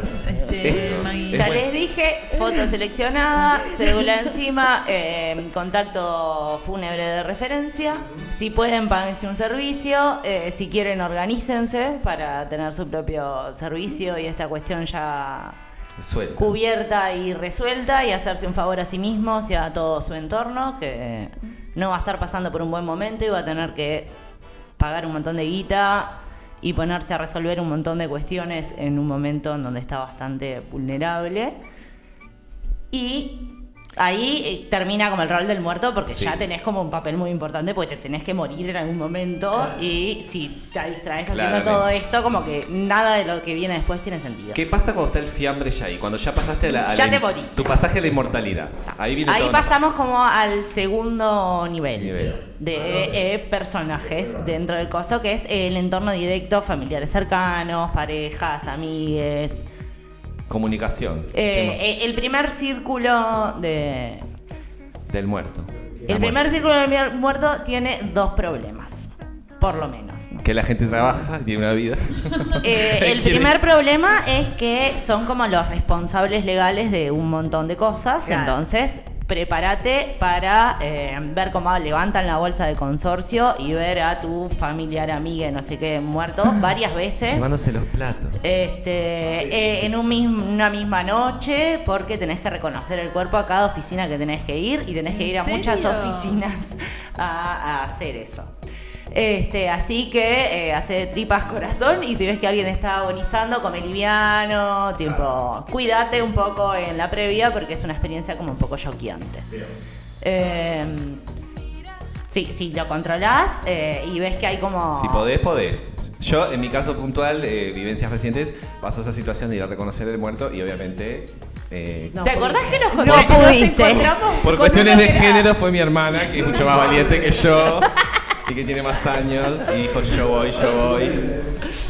Speaker 4: este,
Speaker 3: Eso.
Speaker 4: Magui?
Speaker 3: Es
Speaker 5: ya
Speaker 3: bueno.
Speaker 5: les dije, foto seleccionada, cédula encima, eh, contacto fúnebre de referencia. Si pueden, páguense un servicio. eh, si quieren, organícense para tener su propio servicio y esta cuestión ya
Speaker 3: Suelta.
Speaker 5: cubierta y resuelta y hacerse un favor a sí mismos y a todo su entorno que no va a estar pasando por un buen momento y va a tener que pagar un montón de guita y ponerse a resolver un montón de cuestiones en un momento en donde está bastante vulnerable. Y ahí eh, termina como el rol del muerto porque
Speaker 3: Sí.
Speaker 5: ya tenés como un papel muy importante porque te tenés que morir en algún momento y si te distraes haciendo
Speaker 3: Claramente.
Speaker 5: todo esto como que nada de lo que viene después tiene sentido.
Speaker 3: ¿Qué pasa cuando está el fiambre ya ahí? Cuando ya pasaste a la, a
Speaker 5: Ya
Speaker 3: la-
Speaker 5: te moriste.
Speaker 3: tu pasaje a la inmortalidad. Ahí viene
Speaker 5: Ahí
Speaker 3: todo.
Speaker 5: pasamos como al segundo nivel,
Speaker 3: Nivel.
Speaker 5: de eh, personajes dentro del coso, que es el entorno directo, familiares cercanos, parejas, amigues.
Speaker 3: Comunicación.
Speaker 5: Eh, eh, el primer círculo de...
Speaker 3: tema del muerto. La
Speaker 5: El primer
Speaker 3: muerte.
Speaker 5: círculo del mier- muerto tiene dos problemas, por lo menos. ¿no?
Speaker 3: Que la gente trabaja, tiene una vida.
Speaker 5: Eh, el
Speaker 3: Quiere-
Speaker 5: primer problema es que son como los responsables legales de un montón de cosas.
Speaker 2: Claro.
Speaker 5: Entonces, prepárate para eh, ver cómo levantan la bolsa de consorcio y ver a tu familiar, amiga, no sé qué, muerto varias veces.
Speaker 3: (laughs) Llevándose los platos.
Speaker 5: Este, eh, en un mis- una misma noche, porque tenés que reconocer el cuerpo a cada oficina que tenés que ir y tenés que
Speaker 4: ¿En
Speaker 5: ir (laughs) a muchas
Speaker 4: serio?
Speaker 5: oficinas a, a hacer eso. Este, así que eh, hace de tripas corazón y si ves que alguien está agonizando, come liviano, tipo, cuídate un poco en la previa porque es una experiencia como un poco choqueante. Eh, sí, sí, lo controlás eh, y ves que hay como...
Speaker 3: Si podés, podés. Yo, en mi caso puntual, eh, vivencias recientes, pasó esa situación de ir a reconocer el muerto y obviamente. eh,
Speaker 2: No,
Speaker 5: ¿Te acordás que nos,
Speaker 2: No
Speaker 5: contra- que nos
Speaker 2: pudiste.
Speaker 5: encontramos
Speaker 3: por
Speaker 5: con
Speaker 3: cuestiones
Speaker 5: una
Speaker 3: de
Speaker 5: que era-
Speaker 3: género, fue mi hermana, que es mucho más valiente que yo y que tiene más años, y dijo: Yo voy, yo voy.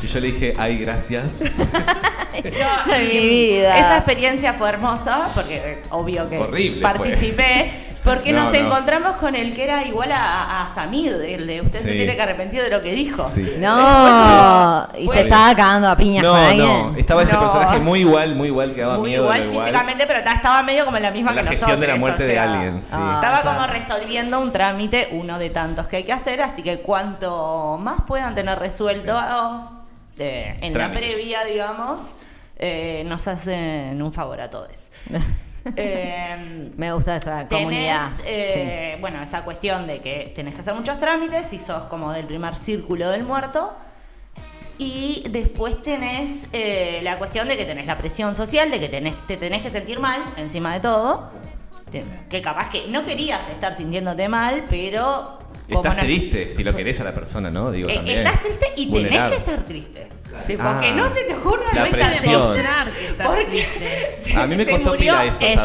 Speaker 3: Y yo le dije: Ay, gracias.
Speaker 5: No,
Speaker 2: (laughs) Ay,
Speaker 5: y
Speaker 2: mi vida.
Speaker 5: Esa experiencia fue hermosa, porque eh, obvio que
Speaker 3: Horrible fue.
Speaker 5: participé, porque
Speaker 3: No,
Speaker 5: nos
Speaker 3: no.
Speaker 5: encontramos con el que era igual a, a Samid, el de usted se
Speaker 3: Sí.
Speaker 5: tiene que arrepentir de lo que dijo.
Speaker 3: Sí. (laughs)
Speaker 2: No, y se
Speaker 3: Bueno.
Speaker 2: estaba cagando a piñas con
Speaker 3: No,
Speaker 2: alguien.
Speaker 3: (laughs) no, estaba ese
Speaker 5: ¿eh? No.
Speaker 3: personaje muy igual, muy igual, que daba
Speaker 5: Muy
Speaker 3: miedo.
Speaker 5: igual
Speaker 3: lo
Speaker 5: físicamente, pero ta- estaba medio como la misma
Speaker 3: La
Speaker 5: que
Speaker 3: gestión
Speaker 5: nosotros.
Speaker 3: de la muerte
Speaker 5: o sea,
Speaker 3: de alguien, sí.
Speaker 2: Ah,
Speaker 5: Estaba como
Speaker 2: claro.
Speaker 5: resolviendo un trámite, uno de tantos que hay que hacer, así que cuanto más puedan tener resuelto eh, en
Speaker 3: Trámites.
Speaker 5: la previa, digamos, eh, nos hacen un favor a
Speaker 3: (laughs)
Speaker 5: todos. Eh,
Speaker 2: Me gusta esa
Speaker 5: Tenés,
Speaker 2: comunidad.
Speaker 5: eh, bueno, esa cuestión de que tenés que hacer muchos trámites y sos como del primer círculo del muerto. Y después tenés eh, la cuestión de que tenés la presión social, de que tenés, te tenés que sentir mal encima de todo. Te- que capaz que no querías estar sintiéndote mal, pero... como
Speaker 3: Estás
Speaker 5: no-
Speaker 3: triste, si lo querés a la persona, ¿no? Digo,
Speaker 5: Eh,
Speaker 3: también.
Speaker 5: estás triste y tenés que
Speaker 3: Vulnerable.
Speaker 5: estar triste. Sí,
Speaker 3: Ah.
Speaker 5: porque no se te ocurra
Speaker 3: La
Speaker 5: no estar
Speaker 3: presión.
Speaker 4: Demostrar que estás triste.
Speaker 5: Porque (laughs) se-
Speaker 3: A mí me
Speaker 5: se
Speaker 3: costó
Speaker 5: murió.
Speaker 3: pila eso,
Speaker 2: Esto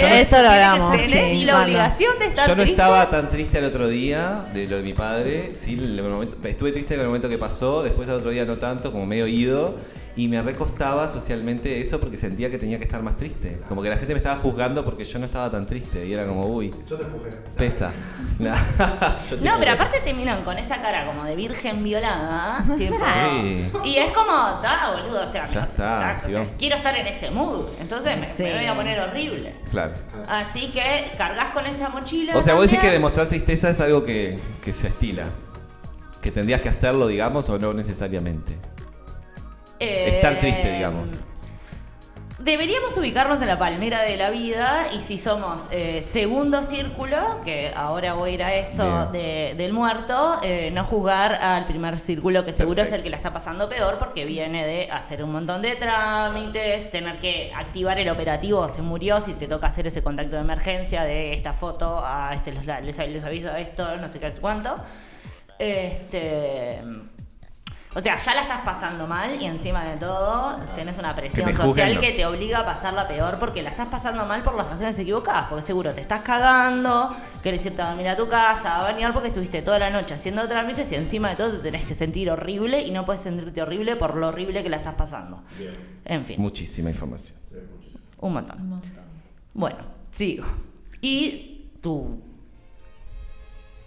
Speaker 2: lo-
Speaker 3: Yo no-
Speaker 2: esto lo hablamos.
Speaker 5: Tenés
Speaker 2: sí,
Speaker 5: la
Speaker 2: cuando-
Speaker 5: obligación de estar
Speaker 3: Yo no
Speaker 5: triste.
Speaker 3: estaba tan triste el otro día de lo de mi padre. Sí, el momento- estuve triste en el momento que pasó, después al otro día no tanto, como medio ido. Y me recostaba socialmente eso porque sentía que tenía que estar más triste. Como que la gente me estaba juzgando porque yo no estaba tan triste. Y era como, uy. Yo te (laughs) Pesa. Nah, yo te
Speaker 5: No,
Speaker 3: juzgué.
Speaker 5: pero aparte te miran con esa cara como de
Speaker 2: (laughs)
Speaker 5: virgen violada. tipo,
Speaker 3: Sí.
Speaker 5: Y es como, ta, boludo, o sea,
Speaker 3: Ya
Speaker 5: no sé,
Speaker 3: está,
Speaker 5: ta, o
Speaker 3: sí,
Speaker 5: sea,
Speaker 3: vamos.
Speaker 5: quiero estar en este mood, entonces me, me
Speaker 2: Sí.
Speaker 5: voy a poner horrible.
Speaker 3: Claro.
Speaker 5: Así que cargas con esa mochila.
Speaker 3: O sea, vos decís que
Speaker 5: también.
Speaker 3: demostrar tristeza es algo que, que se estila. Que tendrías que hacerlo, digamos, o no necesariamente.
Speaker 5: Eh,
Speaker 3: estar triste, digamos.
Speaker 5: Deberíamos ubicarnos en la palmera de la vida y si somos eh, segundo círculo, que ahora voy a ir a eso
Speaker 3: Bien.
Speaker 5: de- del muerto, eh, no juzgar al primer círculo que seguro es el
Speaker 3: Perfecto.
Speaker 5: que la está pasando peor porque viene de hacer un montón de trámites, tener que activar el operativo, se murió, si te toca hacer ese contacto de emergencia de esta foto, a este les, les, les aviso a esto, no sé qué, no sé cuánto. Este... O sea, ya la estás pasando mal y encima de todo tenés una presión
Speaker 3: Ah. Que te juzguen,
Speaker 5: social
Speaker 3: no.
Speaker 5: que te obliga a pasarla peor porque la estás pasando mal por las razones equivocadas. Porque seguro te estás cagando, querés irte a dormir a tu casa, a bañar porque estuviste toda la noche haciendo trámites y encima de todo te tenés que sentir horrible y no puedes sentirte horrible por lo horrible que la estás pasando. En fin.
Speaker 3: Muchísima información.
Speaker 5: Un montón. Bueno, sigo. Y tu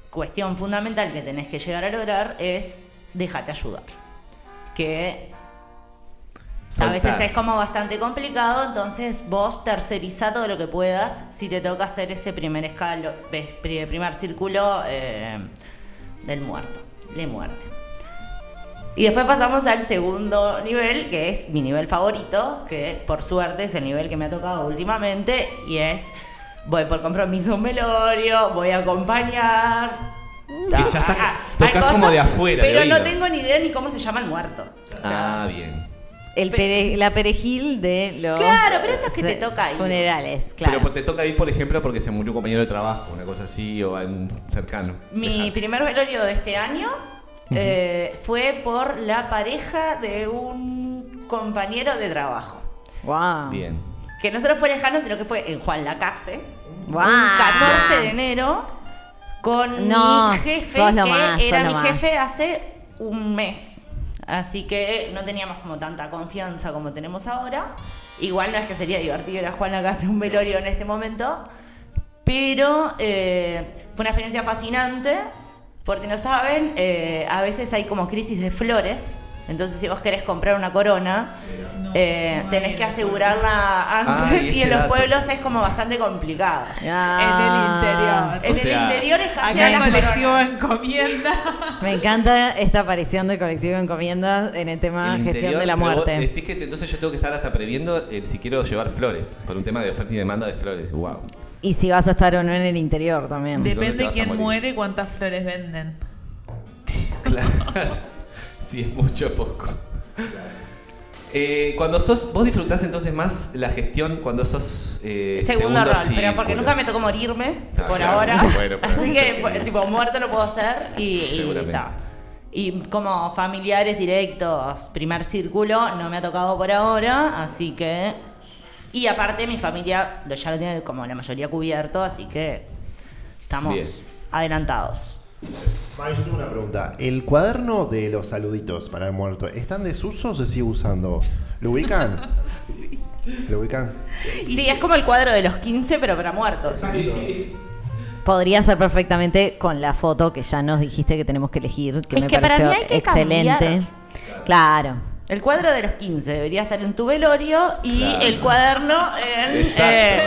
Speaker 5: cuestión fundamental que tenés que llegar a lograr es déjate ayudar. Que a veces
Speaker 3: Soltar.
Speaker 5: es como bastante complicado, entonces vos tercerizá todo lo que puedas si te toca hacer ese primer escalo, ves, pri- primer círculo eh, del muerto, de muerte. Y después pasamos al segundo nivel, que es mi nivel favorito, que por suerte es el nivel que me ha tocado últimamente, y es voy por compromiso a un velorio, voy a acompañar. Ah,
Speaker 3: Que ya estás- tocás
Speaker 5: al
Speaker 3: como de
Speaker 5: coso,
Speaker 3: afuera, de
Speaker 5: Pero no
Speaker 3: oído.
Speaker 5: tengo ni idea ni cómo se llama el muerto. O sea,
Speaker 3: Ah, bien.
Speaker 2: El pere- la perejil de los.
Speaker 5: Claro, pero eso es que te toca ahí.
Speaker 2: Funerales, claro.
Speaker 3: Pero te toca ir, por ejemplo, porque se murió un compañero de trabajo, una cosa así, o algún cercano.
Speaker 5: Mi primer velorio de este año eh, fue por la pareja de un compañero de trabajo.
Speaker 2: Wow.
Speaker 3: Bien.
Speaker 5: Que no solo fue lejano, sino que fue en Juan Lacase.
Speaker 2: Guau.
Speaker 5: Un 14 de enero. Con
Speaker 2: No,
Speaker 5: mi jefe,
Speaker 2: sos lo
Speaker 5: que
Speaker 2: más, sos
Speaker 5: era
Speaker 2: lo
Speaker 5: mi
Speaker 2: más.
Speaker 5: jefe hace un mes. Así que no teníamos como tanta confianza como tenemos ahora. Igual no es que sería divertido ir a Juan Lacase a un velorio en este momento. Pero eh, fue una experiencia fascinante, porque no saben, eh, a veces hay como crisis de flores. Entonces, si vos querés comprar una corona, eh,
Speaker 4: No,
Speaker 5: tenés
Speaker 4: no
Speaker 5: que
Speaker 4: hay
Speaker 5: asegurarla
Speaker 3: Ah,
Speaker 5: antes.
Speaker 3: y
Speaker 5: y,
Speaker 3: ese
Speaker 5: en los
Speaker 3: dato.
Speaker 5: pueblos es como bastante complicado.
Speaker 2: Ah.
Speaker 5: en el interior. En
Speaker 3: O sea,
Speaker 5: el interior es casi
Speaker 4: Acá
Speaker 5: a
Speaker 4: el
Speaker 5: las
Speaker 4: colectivo
Speaker 5: coronas.
Speaker 4: de
Speaker 3: (laughs)
Speaker 4: encomienda.
Speaker 2: Me encanta esta aparición del colectivo de encomiendas en el
Speaker 5: Ah,
Speaker 2: tema
Speaker 3: El
Speaker 2: gestión
Speaker 3: interior,
Speaker 2: de la
Speaker 3: pero vos
Speaker 2: muerte.
Speaker 3: Decís que te- entonces yo tengo que estar hasta previendo eh, si quiero llevar flores, por un tema de oferta y demanda de flores.
Speaker 5: (laughs)
Speaker 3: Wow.
Speaker 2: Y si vas a estar o no en el interior también.
Speaker 3: Sí. ¿Dónde te
Speaker 4: Depende
Speaker 3: vas a
Speaker 4: quién
Speaker 3: morir?
Speaker 4: muere y cuántas flores venden.
Speaker 3: Claro. si es mucho o poco. Eh, cuando sos, vos disfrutás entonces más la gestión cuando sos eh,
Speaker 5: Segundo, rol, pero
Speaker 3: círculo.
Speaker 5: porque nunca me tocó morirme,
Speaker 3: Ah,
Speaker 5: por
Speaker 3: claro.
Speaker 5: ahora.
Speaker 3: Bueno, pero
Speaker 5: (laughs) Así que, pues,
Speaker 3: mucho que-
Speaker 5: tipo, muerto no puedo hacer y, y
Speaker 3: Seguramente.
Speaker 5: ta. Y como familiares directos, primer círculo, no me ha tocado por ahora, así que... Y aparte mi familia lo- ya lo tiene como la mayoría cubierto, así que estamos
Speaker 3: Bien.
Speaker 5: adelantados.
Speaker 6: Mario, yo tengo una pregunta. ¿El cuaderno de los saluditos para el muerto está en desuso o se sigue usando? ¿Lo (laughs) ubican? ¿Lo ubican?
Speaker 5: Sí, es como el cuadro de los 15, pero para muertos.
Speaker 2: Podría ser perfectamente con la foto que ya nos dijiste que tenemos que elegir, que
Speaker 5: Es
Speaker 2: me
Speaker 5: que para
Speaker 2: pareció
Speaker 5: mí hay que
Speaker 2: excelente. Claro.
Speaker 5: El cuadro de los 15 debería estar en tu velorio y
Speaker 3: Claro.
Speaker 5: el cuaderno en,
Speaker 3: Exacto.
Speaker 5: eh,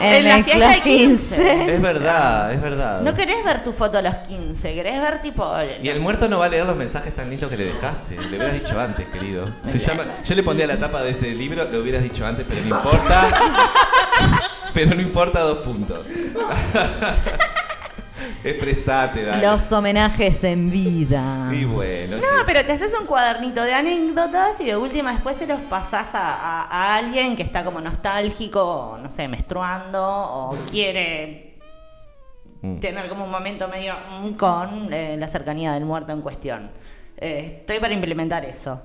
Speaker 5: en
Speaker 2: En
Speaker 5: la
Speaker 2: el
Speaker 5: fiesta de
Speaker 2: Club
Speaker 5: 15.
Speaker 2: 15.
Speaker 3: Es verdad, es verdad.
Speaker 5: No querés ver tu foto a los 15, querés ver tipo... el-
Speaker 3: Y el muerto no va a leer los mensajes tan lindos que le dejaste. Le hubieras dicho antes, querido. Se llama, yo le pondría la tapa de ese libro, lo hubieras dicho antes, pero no
Speaker 5: (laughs)
Speaker 3: importa. pero no importa dos puntos. (laughs) Expresate, dale.
Speaker 2: Los homenajes en vida.
Speaker 3: Y bueno, sí.
Speaker 5: No, pero te haces un cuadernito de anécdotas y de última después se los pasás a, a- a alguien que está como nostálgico, o, no sé, menstruando o quiere
Speaker 3: Mm.
Speaker 5: tener como un momento medio mm, con eh, la cercanía del muerto en cuestión. Eh, estoy para implementar eso.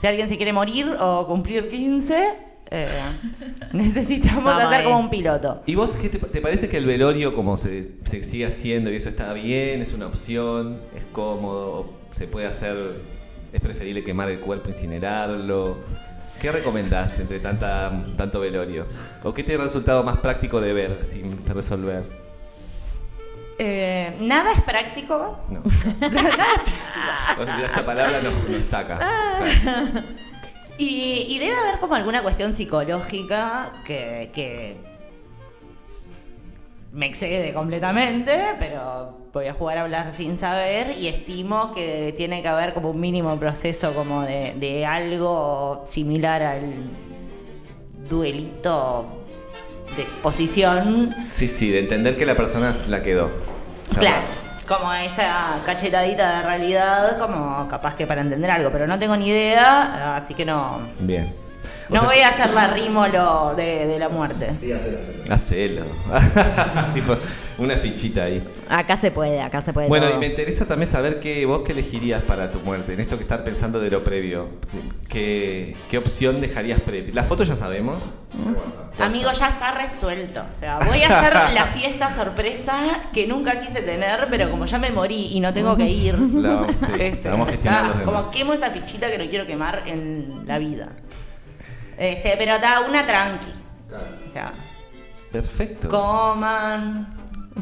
Speaker 5: Si alguien se quiere morir o cumplir 15, eh,
Speaker 3: (laughs)
Speaker 5: necesitamos
Speaker 2: Vamos
Speaker 5: hacer
Speaker 2: ahí.
Speaker 5: como un piloto.
Speaker 3: ¿Y vos qué te, te parece que el velorio, como se, se sigue haciendo y eso está bien, es una opción, es cómodo, o se puede hacer, es preferible quemar el cuerpo, incinerarlo? ¿Qué recomendás entre tanta, tanto velorio? ¿O qué te ha resultado más práctico de ver sin resolver?
Speaker 5: Eh, nada es práctico. (laughs)
Speaker 3: No. Vos mirá, Esa palabra nos, nos taca.
Speaker 5: Y, y debe haber como alguna cuestión psicológica que, que me excede completamente, pero voy a jugar a hablar sin saber y estimo que tiene que haber como un mínimo proceso como de, de algo similar al duelito de exposición.
Speaker 3: Sí, sí, de entender que la persona la quedó. Saber.
Speaker 5: Claro. Como esa cachetadita de realidad, como capaz que para entender algo, pero no tengo ni idea, así que no,
Speaker 3: Bien. O
Speaker 5: no
Speaker 3: sea,
Speaker 5: voy a hacer la rímolo de, de la muerte.
Speaker 3: Hacelo. (laughs) tipo, una fichita ahí.
Speaker 2: Acá se puede, acá se puede.
Speaker 3: Bueno,
Speaker 2: todo.
Speaker 3: y me interesa también saber qué vos qué elegirías para tu muerte, en esto que estar pensando de lo previo. ¿Qué, qué opción dejarías previo? La foto ya sabemos.
Speaker 5: Amigo, ya está resuelto. O sea, voy
Speaker 3: (laughs)
Speaker 5: a hacer la fiesta sorpresa que nunca quise tener, pero como ya me morí y no tengo que ir.
Speaker 3: (laughs) La vamos, sí,
Speaker 5: este,
Speaker 3: la vamos a gestionar
Speaker 5: ah,
Speaker 3: los demás.
Speaker 5: Como quemo esa fichita que no quiero quemar en la vida. Este, pero da una tranqui. O sea,
Speaker 3: Perfecto.
Speaker 5: coman.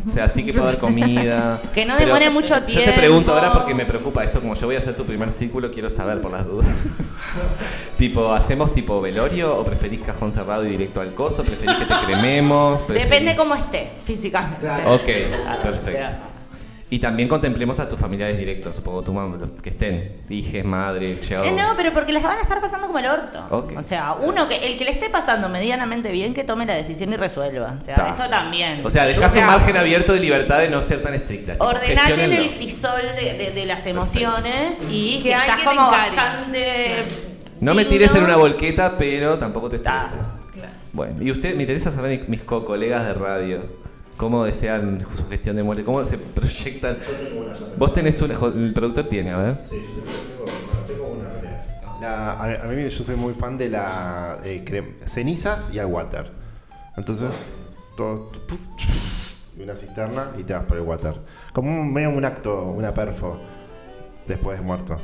Speaker 3: O sea, sí que puede haber comida.
Speaker 5: (laughs) Que no demore mucho
Speaker 3: Yo te
Speaker 5: tiempo.
Speaker 3: pregunto ahora porque me preocupa esto, como yo voy a hacer tu primer círculo, quiero saber por las dudas. (laughs) tipo, ¿hacemos tipo velorio o preferís cajón cerrado y directo al coso? ¿Preferís
Speaker 5: (laughs)
Speaker 3: que te crememos? ¿Preferís-
Speaker 5: Depende cómo esté físicamente.
Speaker 3: Ok,
Speaker 5: O
Speaker 3: perfecto.
Speaker 5: sea,
Speaker 3: Y también contemplemos a tus familiares directos, supongo, tu mamá, los que estén, hijes, madre, llegados.
Speaker 5: Eh, no, pero porque las van a estar pasando como el orto.
Speaker 3: Ok.
Speaker 5: O sea, uno que el que le esté pasando medianamente bien que tome la decisión y resuelva. O sea,
Speaker 3: Ta.
Speaker 5: eso también.
Speaker 3: O sea, dejás
Speaker 5: O sea,
Speaker 3: un margen abierto de libertad de no ser tan estricta. tipo,
Speaker 5: Ordenate en el
Speaker 3: gestiónenlo.
Speaker 5: crisol de, de- de las emociones
Speaker 4: Que
Speaker 5: y si estás
Speaker 4: alguien
Speaker 5: como
Speaker 4: encare.
Speaker 5: bastante.
Speaker 3: No me
Speaker 5: digno,
Speaker 3: tires en una volqueta, pero tampoco te
Speaker 5: Ta.
Speaker 3: estreses.
Speaker 4: Claro.
Speaker 3: Bueno, y usted, me interesa saber mis, mis co- colegas de radio, cómo desean su gestión de muerte, cómo se proyectan. Vos tenés una, jo- el productor tiene, a ver.
Speaker 6: La- a, a mí yo soy muy fan de la eh, crem- cenizas y al water. Entonces, todo, (laughs) y una cisterna y te vas por el water. Como un, medio un acto, una perfo, después de muerto.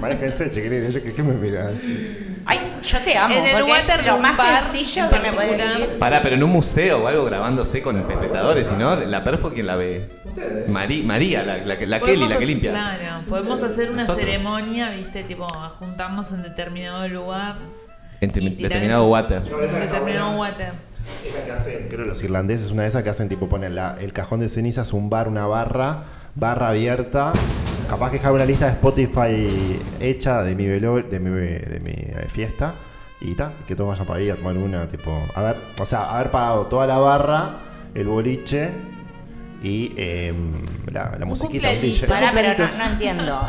Speaker 6: Manéjense, che, querido, yo que qué me miran.
Speaker 5: Ay, yo te amo.
Speaker 4: En el
Speaker 5: porque es
Speaker 4: water de
Speaker 5: lo
Speaker 4: un
Speaker 5: más
Speaker 4: bar
Speaker 5: sencillo
Speaker 4: en
Speaker 5: que me puedes
Speaker 4: particular.
Speaker 5: decir.
Speaker 3: Pará, pero en un museo o algo grabándose con espectadores, si no, la perfo, ¿quién la ve? Mari- María, la, la, que- la Kelly,
Speaker 4: Podemos
Speaker 3: la que
Speaker 4: hacer-
Speaker 3: limpia.
Speaker 4: Claro, podemos hacer una
Speaker 3: Nosotros.
Speaker 4: ceremonia, viste, tipo, a juntarnos en determinado lugar.
Speaker 3: En te-
Speaker 4: y tirar
Speaker 3: determinado
Speaker 4: esas-
Speaker 3: water.
Speaker 4: En determinado water.
Speaker 6: Creo que los irlandeses, una de esas que hacen tipo ponen la- el cajón de cenizas, un bar, una barra, barra abierta. Capaz que dejar una lista de Spotify hecha de mi velo, de mi, de mi eh, fiesta y tal, que todos vayan para ahí a tomar una, tipo, a ver, o sea, haber pagado toda la barra, el boliche y eh, la, la musiquita. un
Speaker 4: cumpleañito.
Speaker 6: DJ.
Speaker 5: Pará, pero no,
Speaker 6: Cumpleañitos.
Speaker 5: no entiendo.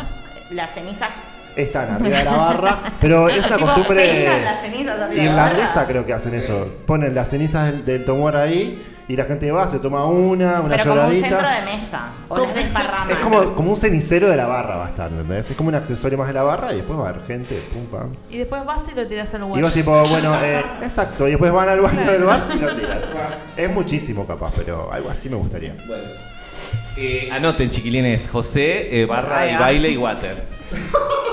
Speaker 5: Las cenizas.
Speaker 6: Están arriba de la barra,
Speaker 5: (laughs)
Speaker 6: pero es una
Speaker 5: Tipo,
Speaker 6: costumbre
Speaker 5: peinan las cenizas hacia la
Speaker 6: irlandesa,
Speaker 5: barra.
Speaker 6: creo que hacen eso. Ponen las cenizas del, del tomor ahí y la gente va, se toma una, una
Speaker 5: Pero como un
Speaker 6: lloradita.
Speaker 5: centro de mesa. O las desparraman.
Speaker 6: es como, como un cenicero de la barra va a estar, ¿entendés? Es como un accesorio más de la barra y después va a haber gente, pum, pam.
Speaker 4: Y después vas y lo tiras al
Speaker 6: Y
Speaker 4: lugar.
Speaker 6: vos tipo, bueno, eh, exacto, y después van al baño del bar y lo tiran. Es muchísimo capaz, pero algo así me gustaría.
Speaker 9: Bueno.
Speaker 3: Eh, anoten, chiquilines, José, eh, barra y baile y water.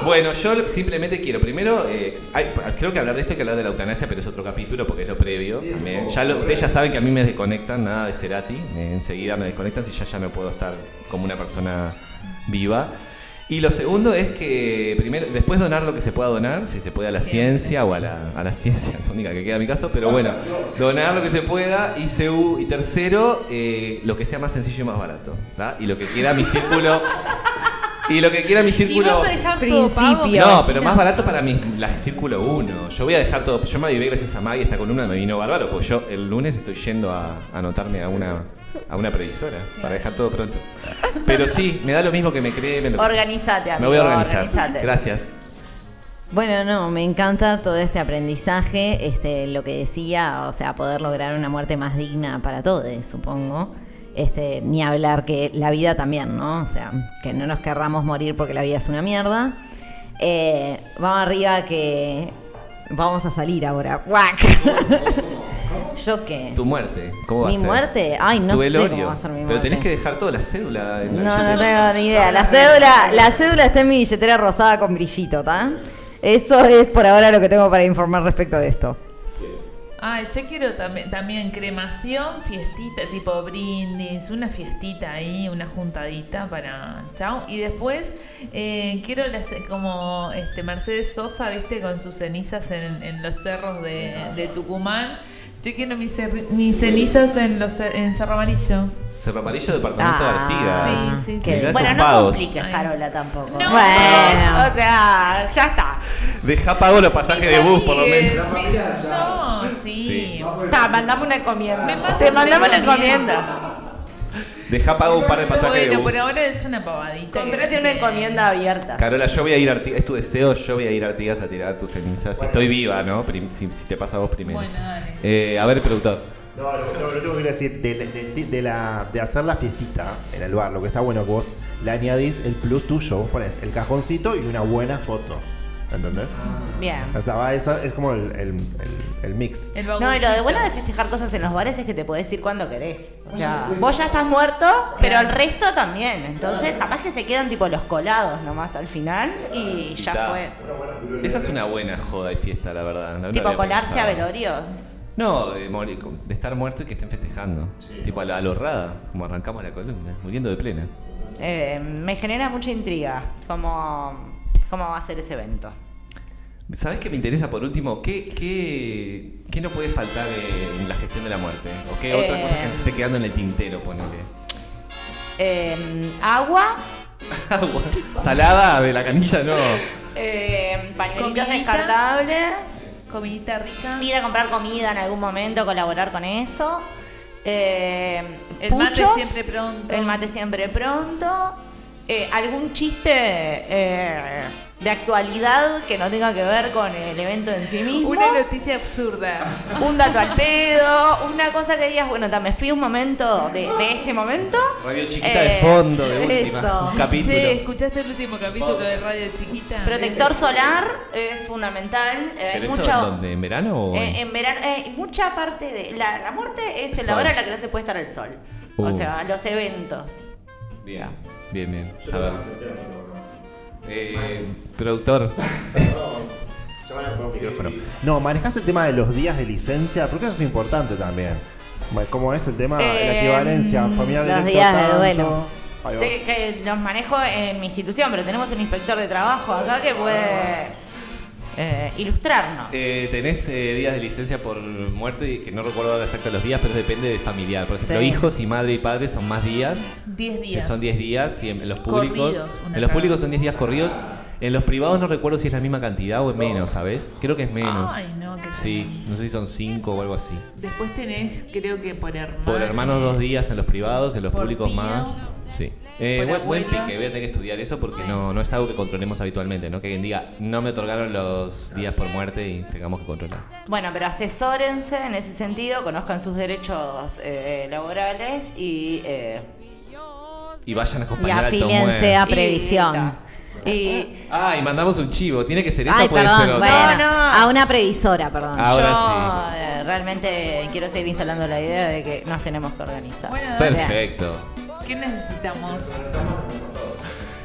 Speaker 3: Bueno, yo simplemente quiero, primero, eh, hay- creo que hablar de esto hay que hablar de la eutanasia, pero es otro capítulo porque es lo previo. Me- ya lo- ustedes ya saben que a mí me desconectan, nada de Cerati, eh, enseguida me desconectan si ya, ya no puedo estar como una persona viva. Y lo segundo es que, primero, después donar lo que se pueda donar, si se puede a la ciencia o a la, a la ciencia, (laughs) la única que queda en mi caso, pero bueno, donar lo que se pueda. Y, segu- y tercero, eh, lo que sea más sencillo y más barato. ¿tá? Y lo que quiera mi círculo. Y lo que quiera mi
Speaker 4: Y
Speaker 3: círculo.
Speaker 4: vas a dejar todo pago.
Speaker 2: Principio.
Speaker 3: No, pero más barato para mí, la Círculo 1. Yo voy a dejar todo. Yo me avivé gracias a Maggie, esta columna me vino bárbaro, porque yo el lunes estoy yendo a a anotarme a una, a una previsora para dejar todo pronto. Pero sí, me da lo mismo que me cree. Me lo que sea.
Speaker 5: Organizate,
Speaker 3: Me voy a
Speaker 5: amigo,
Speaker 3: organizar.
Speaker 5: organizate.
Speaker 3: Gracias.
Speaker 2: Bueno, no, me encanta todo este aprendizaje, este, lo que decía, o sea, poder lograr una muerte más digna para todos, supongo. Este, ni hablar que la vida también, ¿no? O sea, que no nos querramos morir porque la vida es una mierda. Eh, vamos arriba que vamos a salir ahora. ¡Guac! (laughs) ¿Yo qué?
Speaker 3: Tu muerte, ¿cóómo va
Speaker 2: ¿Mi
Speaker 3: a ser?
Speaker 2: muerte? Ay, no
Speaker 3: Tu
Speaker 2: sé
Speaker 3: velorio.
Speaker 2: cómo va a ser mi
Speaker 3: Pero tenés
Speaker 2: muerte.
Speaker 3: que dejar toda la cédula. en la
Speaker 2: No, no
Speaker 3: billetera.
Speaker 2: tengo ni idea. La cédula, la cédula está en mi billetera rosada con brillito, ¿está? Eso es por ahora lo que tengo para informar respecto de esto.
Speaker 4: Ay, yo quiero también, también cremación, fiestita, tipo brindis, una fiestita ahí, una juntadita para chao. Y después eh, quiero las- como este Mercedes Sosa, viste, con sus cenizas en, en los cerros de, de Tucumán. Yo quiero mis, cer- mis cenizas en, los, cer- en Cerro Amarillo.
Speaker 3: Cerro Amarillo, departamento
Speaker 2: Ah,
Speaker 3: de Artigas.
Speaker 4: sí, sí, sí.
Speaker 3: Mirá
Speaker 5: Bueno,
Speaker 3: estos
Speaker 5: no
Speaker 3: pagos.
Speaker 5: compliques, Carola, tampoco.
Speaker 4: No.
Speaker 2: Bueno.
Speaker 5: O sea, ya está.
Speaker 3: Dejá pago los pasajes de bus, por lo menos.
Speaker 4: Mis amigues, mis- No, sí.
Speaker 5: Está, mandame una encomienda.
Speaker 4: Me mando
Speaker 5: Te
Speaker 4: una
Speaker 5: mandamos una
Speaker 4: encomienda.
Speaker 5: encomienda.
Speaker 3: Dejá pago un par de pasajes de
Speaker 4: Bueno,
Speaker 3: bus.
Speaker 4: por ahora es una pavadita.
Speaker 5: Comprate una encomienda abierta.
Speaker 3: Carola, yo voy a ir a Artigas. Es tu deseo, yo voy a ir a Artigas a tirar tus cenizas. Si estoy viva, ¿no? Prim- si, si te pasa a vos primero.
Speaker 4: Bueno, dale.
Speaker 3: Eh, a ver, productor.
Speaker 6: No, lo, lo- lo tengo que decir, de, la- de- de la, de hacer la fiestita en el bar, lo que está bueno que vos le añadís el plus tuyo, vos pones el cajoncito y una buena foto. ¿Entendés?
Speaker 5: Bien.
Speaker 6: O sea, va eso, es como el, el- el- el mix.
Speaker 4: El
Speaker 5: No, y lo de
Speaker 4: baguncito.
Speaker 5: bueno de festejar cosas en los bares es que te podés ir cuando querés.
Speaker 4: (laughs)
Speaker 5: O sea, vos ya estás muerto, pero el resto también. Entonces, capaz que se quedan tipo los colados nomás al final y ya
Speaker 3: Quitá.
Speaker 5: fue.
Speaker 3: Esa es una buena joda y fiesta, la verdad. No lo
Speaker 5: Tipo
Speaker 3: había
Speaker 5: colarse a
Speaker 3: pensado.
Speaker 5: velorios.
Speaker 3: No, de, morir- de estar muerto y que estén festejando. Tipo a la alorrada, como arrancamos la columna, muriendo de plena.
Speaker 5: Eh, me genera mucha intriga cómo, cómo va a ser ese evento.
Speaker 3: ¿Sabes qué me interesa por último? ¿Qué, qué, qué no puede faltar eh, en la gestión de la muerte? ¿O qué otra
Speaker 5: Eh.
Speaker 3: cosa que nos esté quedando en el tintero, ponele? (laughs)
Speaker 5: Eh, agua,
Speaker 3: Agua. Salada de la canilla, no.
Speaker 5: eh, pañuelitos
Speaker 4: Comidita.
Speaker 5: descartables,
Speaker 4: Comidita rica.
Speaker 5: ir a comprar comida en algún momento, colaborar con eso. eh,
Speaker 4: El mate
Speaker 5: puchos,
Speaker 4: siempre pronto.
Speaker 5: El mate siempre pronto. eh, algún chiste eh, de actualidad que no tenga que ver con el evento en sí mismo.
Speaker 4: Una noticia absurda.
Speaker 5: un dato al pedo, una cosa que digas, bueno, ta, me fui un momento de, de este momento.
Speaker 3: Radio chiquita
Speaker 5: Eh,
Speaker 3: de fondo, de última.
Speaker 2: eso.
Speaker 3: Un capítulo.
Speaker 4: Che, ¿escuchaste el último capítulo de Radio Chiquita?
Speaker 5: Protector solar es fundamental. eh, hay
Speaker 3: ¿Pero eso
Speaker 5: mucho,
Speaker 3: dónde? ¿En verano o en-
Speaker 5: eh, en verano, eh, mucha parte de la, la muerte es
Speaker 3: El
Speaker 5: en la hora
Speaker 3: sol.
Speaker 5: en la que no se puede estar el sol.
Speaker 3: Uh.
Speaker 5: O sea, los eventos.
Speaker 3: Bien, bien, bien. Saber. Eh, productor.
Speaker 6: Micrófono. No, manejás el tema de los días de licencia, porque eso es importante también. Bueno, ¿Cómo es el tema de la
Speaker 5: Eh,
Speaker 6: equivalencia familiar
Speaker 2: mm, los
Speaker 6: esto,
Speaker 2: días de
Speaker 6: tanto?
Speaker 2: duelo.
Speaker 6: Ahí va.
Speaker 5: De- que los manejo en mi institución, pero tenemos un inspector de trabajo acá que puede eh, ilustrarnos.
Speaker 3: Eh, tenés eh, días de licencia por muerte, y que no recuerdo ahora exacto los días, pero depende de familiar. Por ejemplo,
Speaker 2: Sí.
Speaker 3: hijos y madre y padre son más días,
Speaker 4: 10
Speaker 3: que
Speaker 4: días.
Speaker 3: son 10 días, y en en los públicos.
Speaker 4: Corridos, una
Speaker 3: en los
Speaker 4: cagada.
Speaker 3: públicos son 10 días corridos. En los privados no recuerdo si es la misma cantidad o es menos, ¿sabes? Creo que es menos.
Speaker 4: Ay, no, qué
Speaker 3: Sí, no sé si son cinco o algo así.
Speaker 4: Después tenés, creo que por hermano.
Speaker 3: Por hermanos dos días en los privados, en los
Speaker 4: Por
Speaker 3: públicos
Speaker 4: tío.
Speaker 3: más. Sí. Eh,
Speaker 4: Por
Speaker 3: buen, buen
Speaker 4: abuelas.
Speaker 3: pique, voy a tener que estudiar eso porque no, no es algo que controlemos habitualmente, ¿no? Que alguien diga, no me otorgaron los días por muerte y tengamos que controlar.
Speaker 5: Bueno, pero asesórense en ese sentido, conozcan sus derechos eh, laborales y. eh,
Speaker 3: Y vayan a
Speaker 2: Y
Speaker 3: acompañar al Tom
Speaker 2: afíliense
Speaker 3: Muer.
Speaker 2: a
Speaker 5: y-
Speaker 2: previsión.
Speaker 5: Y,
Speaker 3: Ay, mandamos un chivo, tiene que ser eso,
Speaker 2: Ay,
Speaker 3: o puede ser
Speaker 2: perdón,
Speaker 3: otro.
Speaker 2: bueno,
Speaker 5: No, no.
Speaker 2: a una previsora, perdón.
Speaker 3: Ah, Ahora
Speaker 5: yo eh, realmente quiero seguir instalando la idea de que nos tenemos que organizar.
Speaker 4: Bueno, dale.
Speaker 3: Perfecto.
Speaker 4: ¿Qué necesitamos?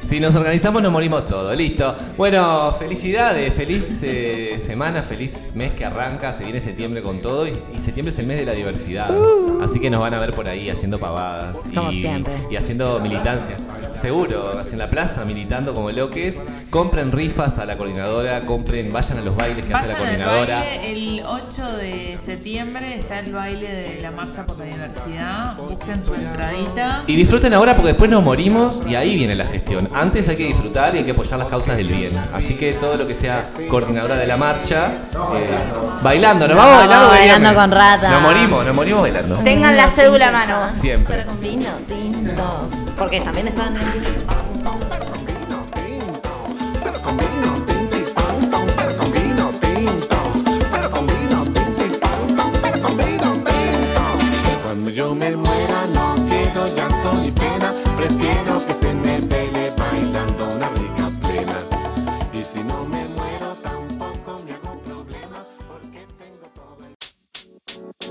Speaker 3: Si nos organizamos nos morimos todos, listo. Bueno, felicidades, feliz eh, semana, feliz mes que arranca, se viene septiembre con todo y, y septiembre es el mes de la diversidad.
Speaker 4: Uh.
Speaker 3: Así que nos van a ver por ahí haciendo pavadas
Speaker 2: Como
Speaker 3: y,
Speaker 2: siempre.
Speaker 3: y haciendo militancia. Seguro, en la plaza, militando como loques, compren rifas a la coordinadora, compren, vayan a los bailes que hace la
Speaker 4: Vayan al
Speaker 3: coordinadora.
Speaker 4: baile, el 8 de septiembre está el baile de la marcha por la diversidad. Busquen su entradita.
Speaker 3: Y disfruten ahora porque después nos morimos y ahí viene la gestión. Antes hay que disfrutar y hay que apoyar las causas del bien. Así que todo lo que sea coordinadora de la marcha, eh, bailando, nos vamos
Speaker 2: Nos
Speaker 3: bailando.
Speaker 2: vamos
Speaker 3: bailame.
Speaker 2: bailando con rata.
Speaker 3: Nos morimos, nos morimos bailando.
Speaker 5: Tengan la cédula a mano.
Speaker 3: Siempre.
Speaker 2: Pero con vino tinto. Porque también están
Speaker 7: Pero con vino tinto y pan, pan, pero con vino tinto. Pero con vino tinto y pan, pan, pero con vino tinto. Cuando yo me muera no quiero llanto ni pena, prefiero que se me vele bailando una rica plena. Y si no me muero tampoco me hago problema, porque tengo todo el...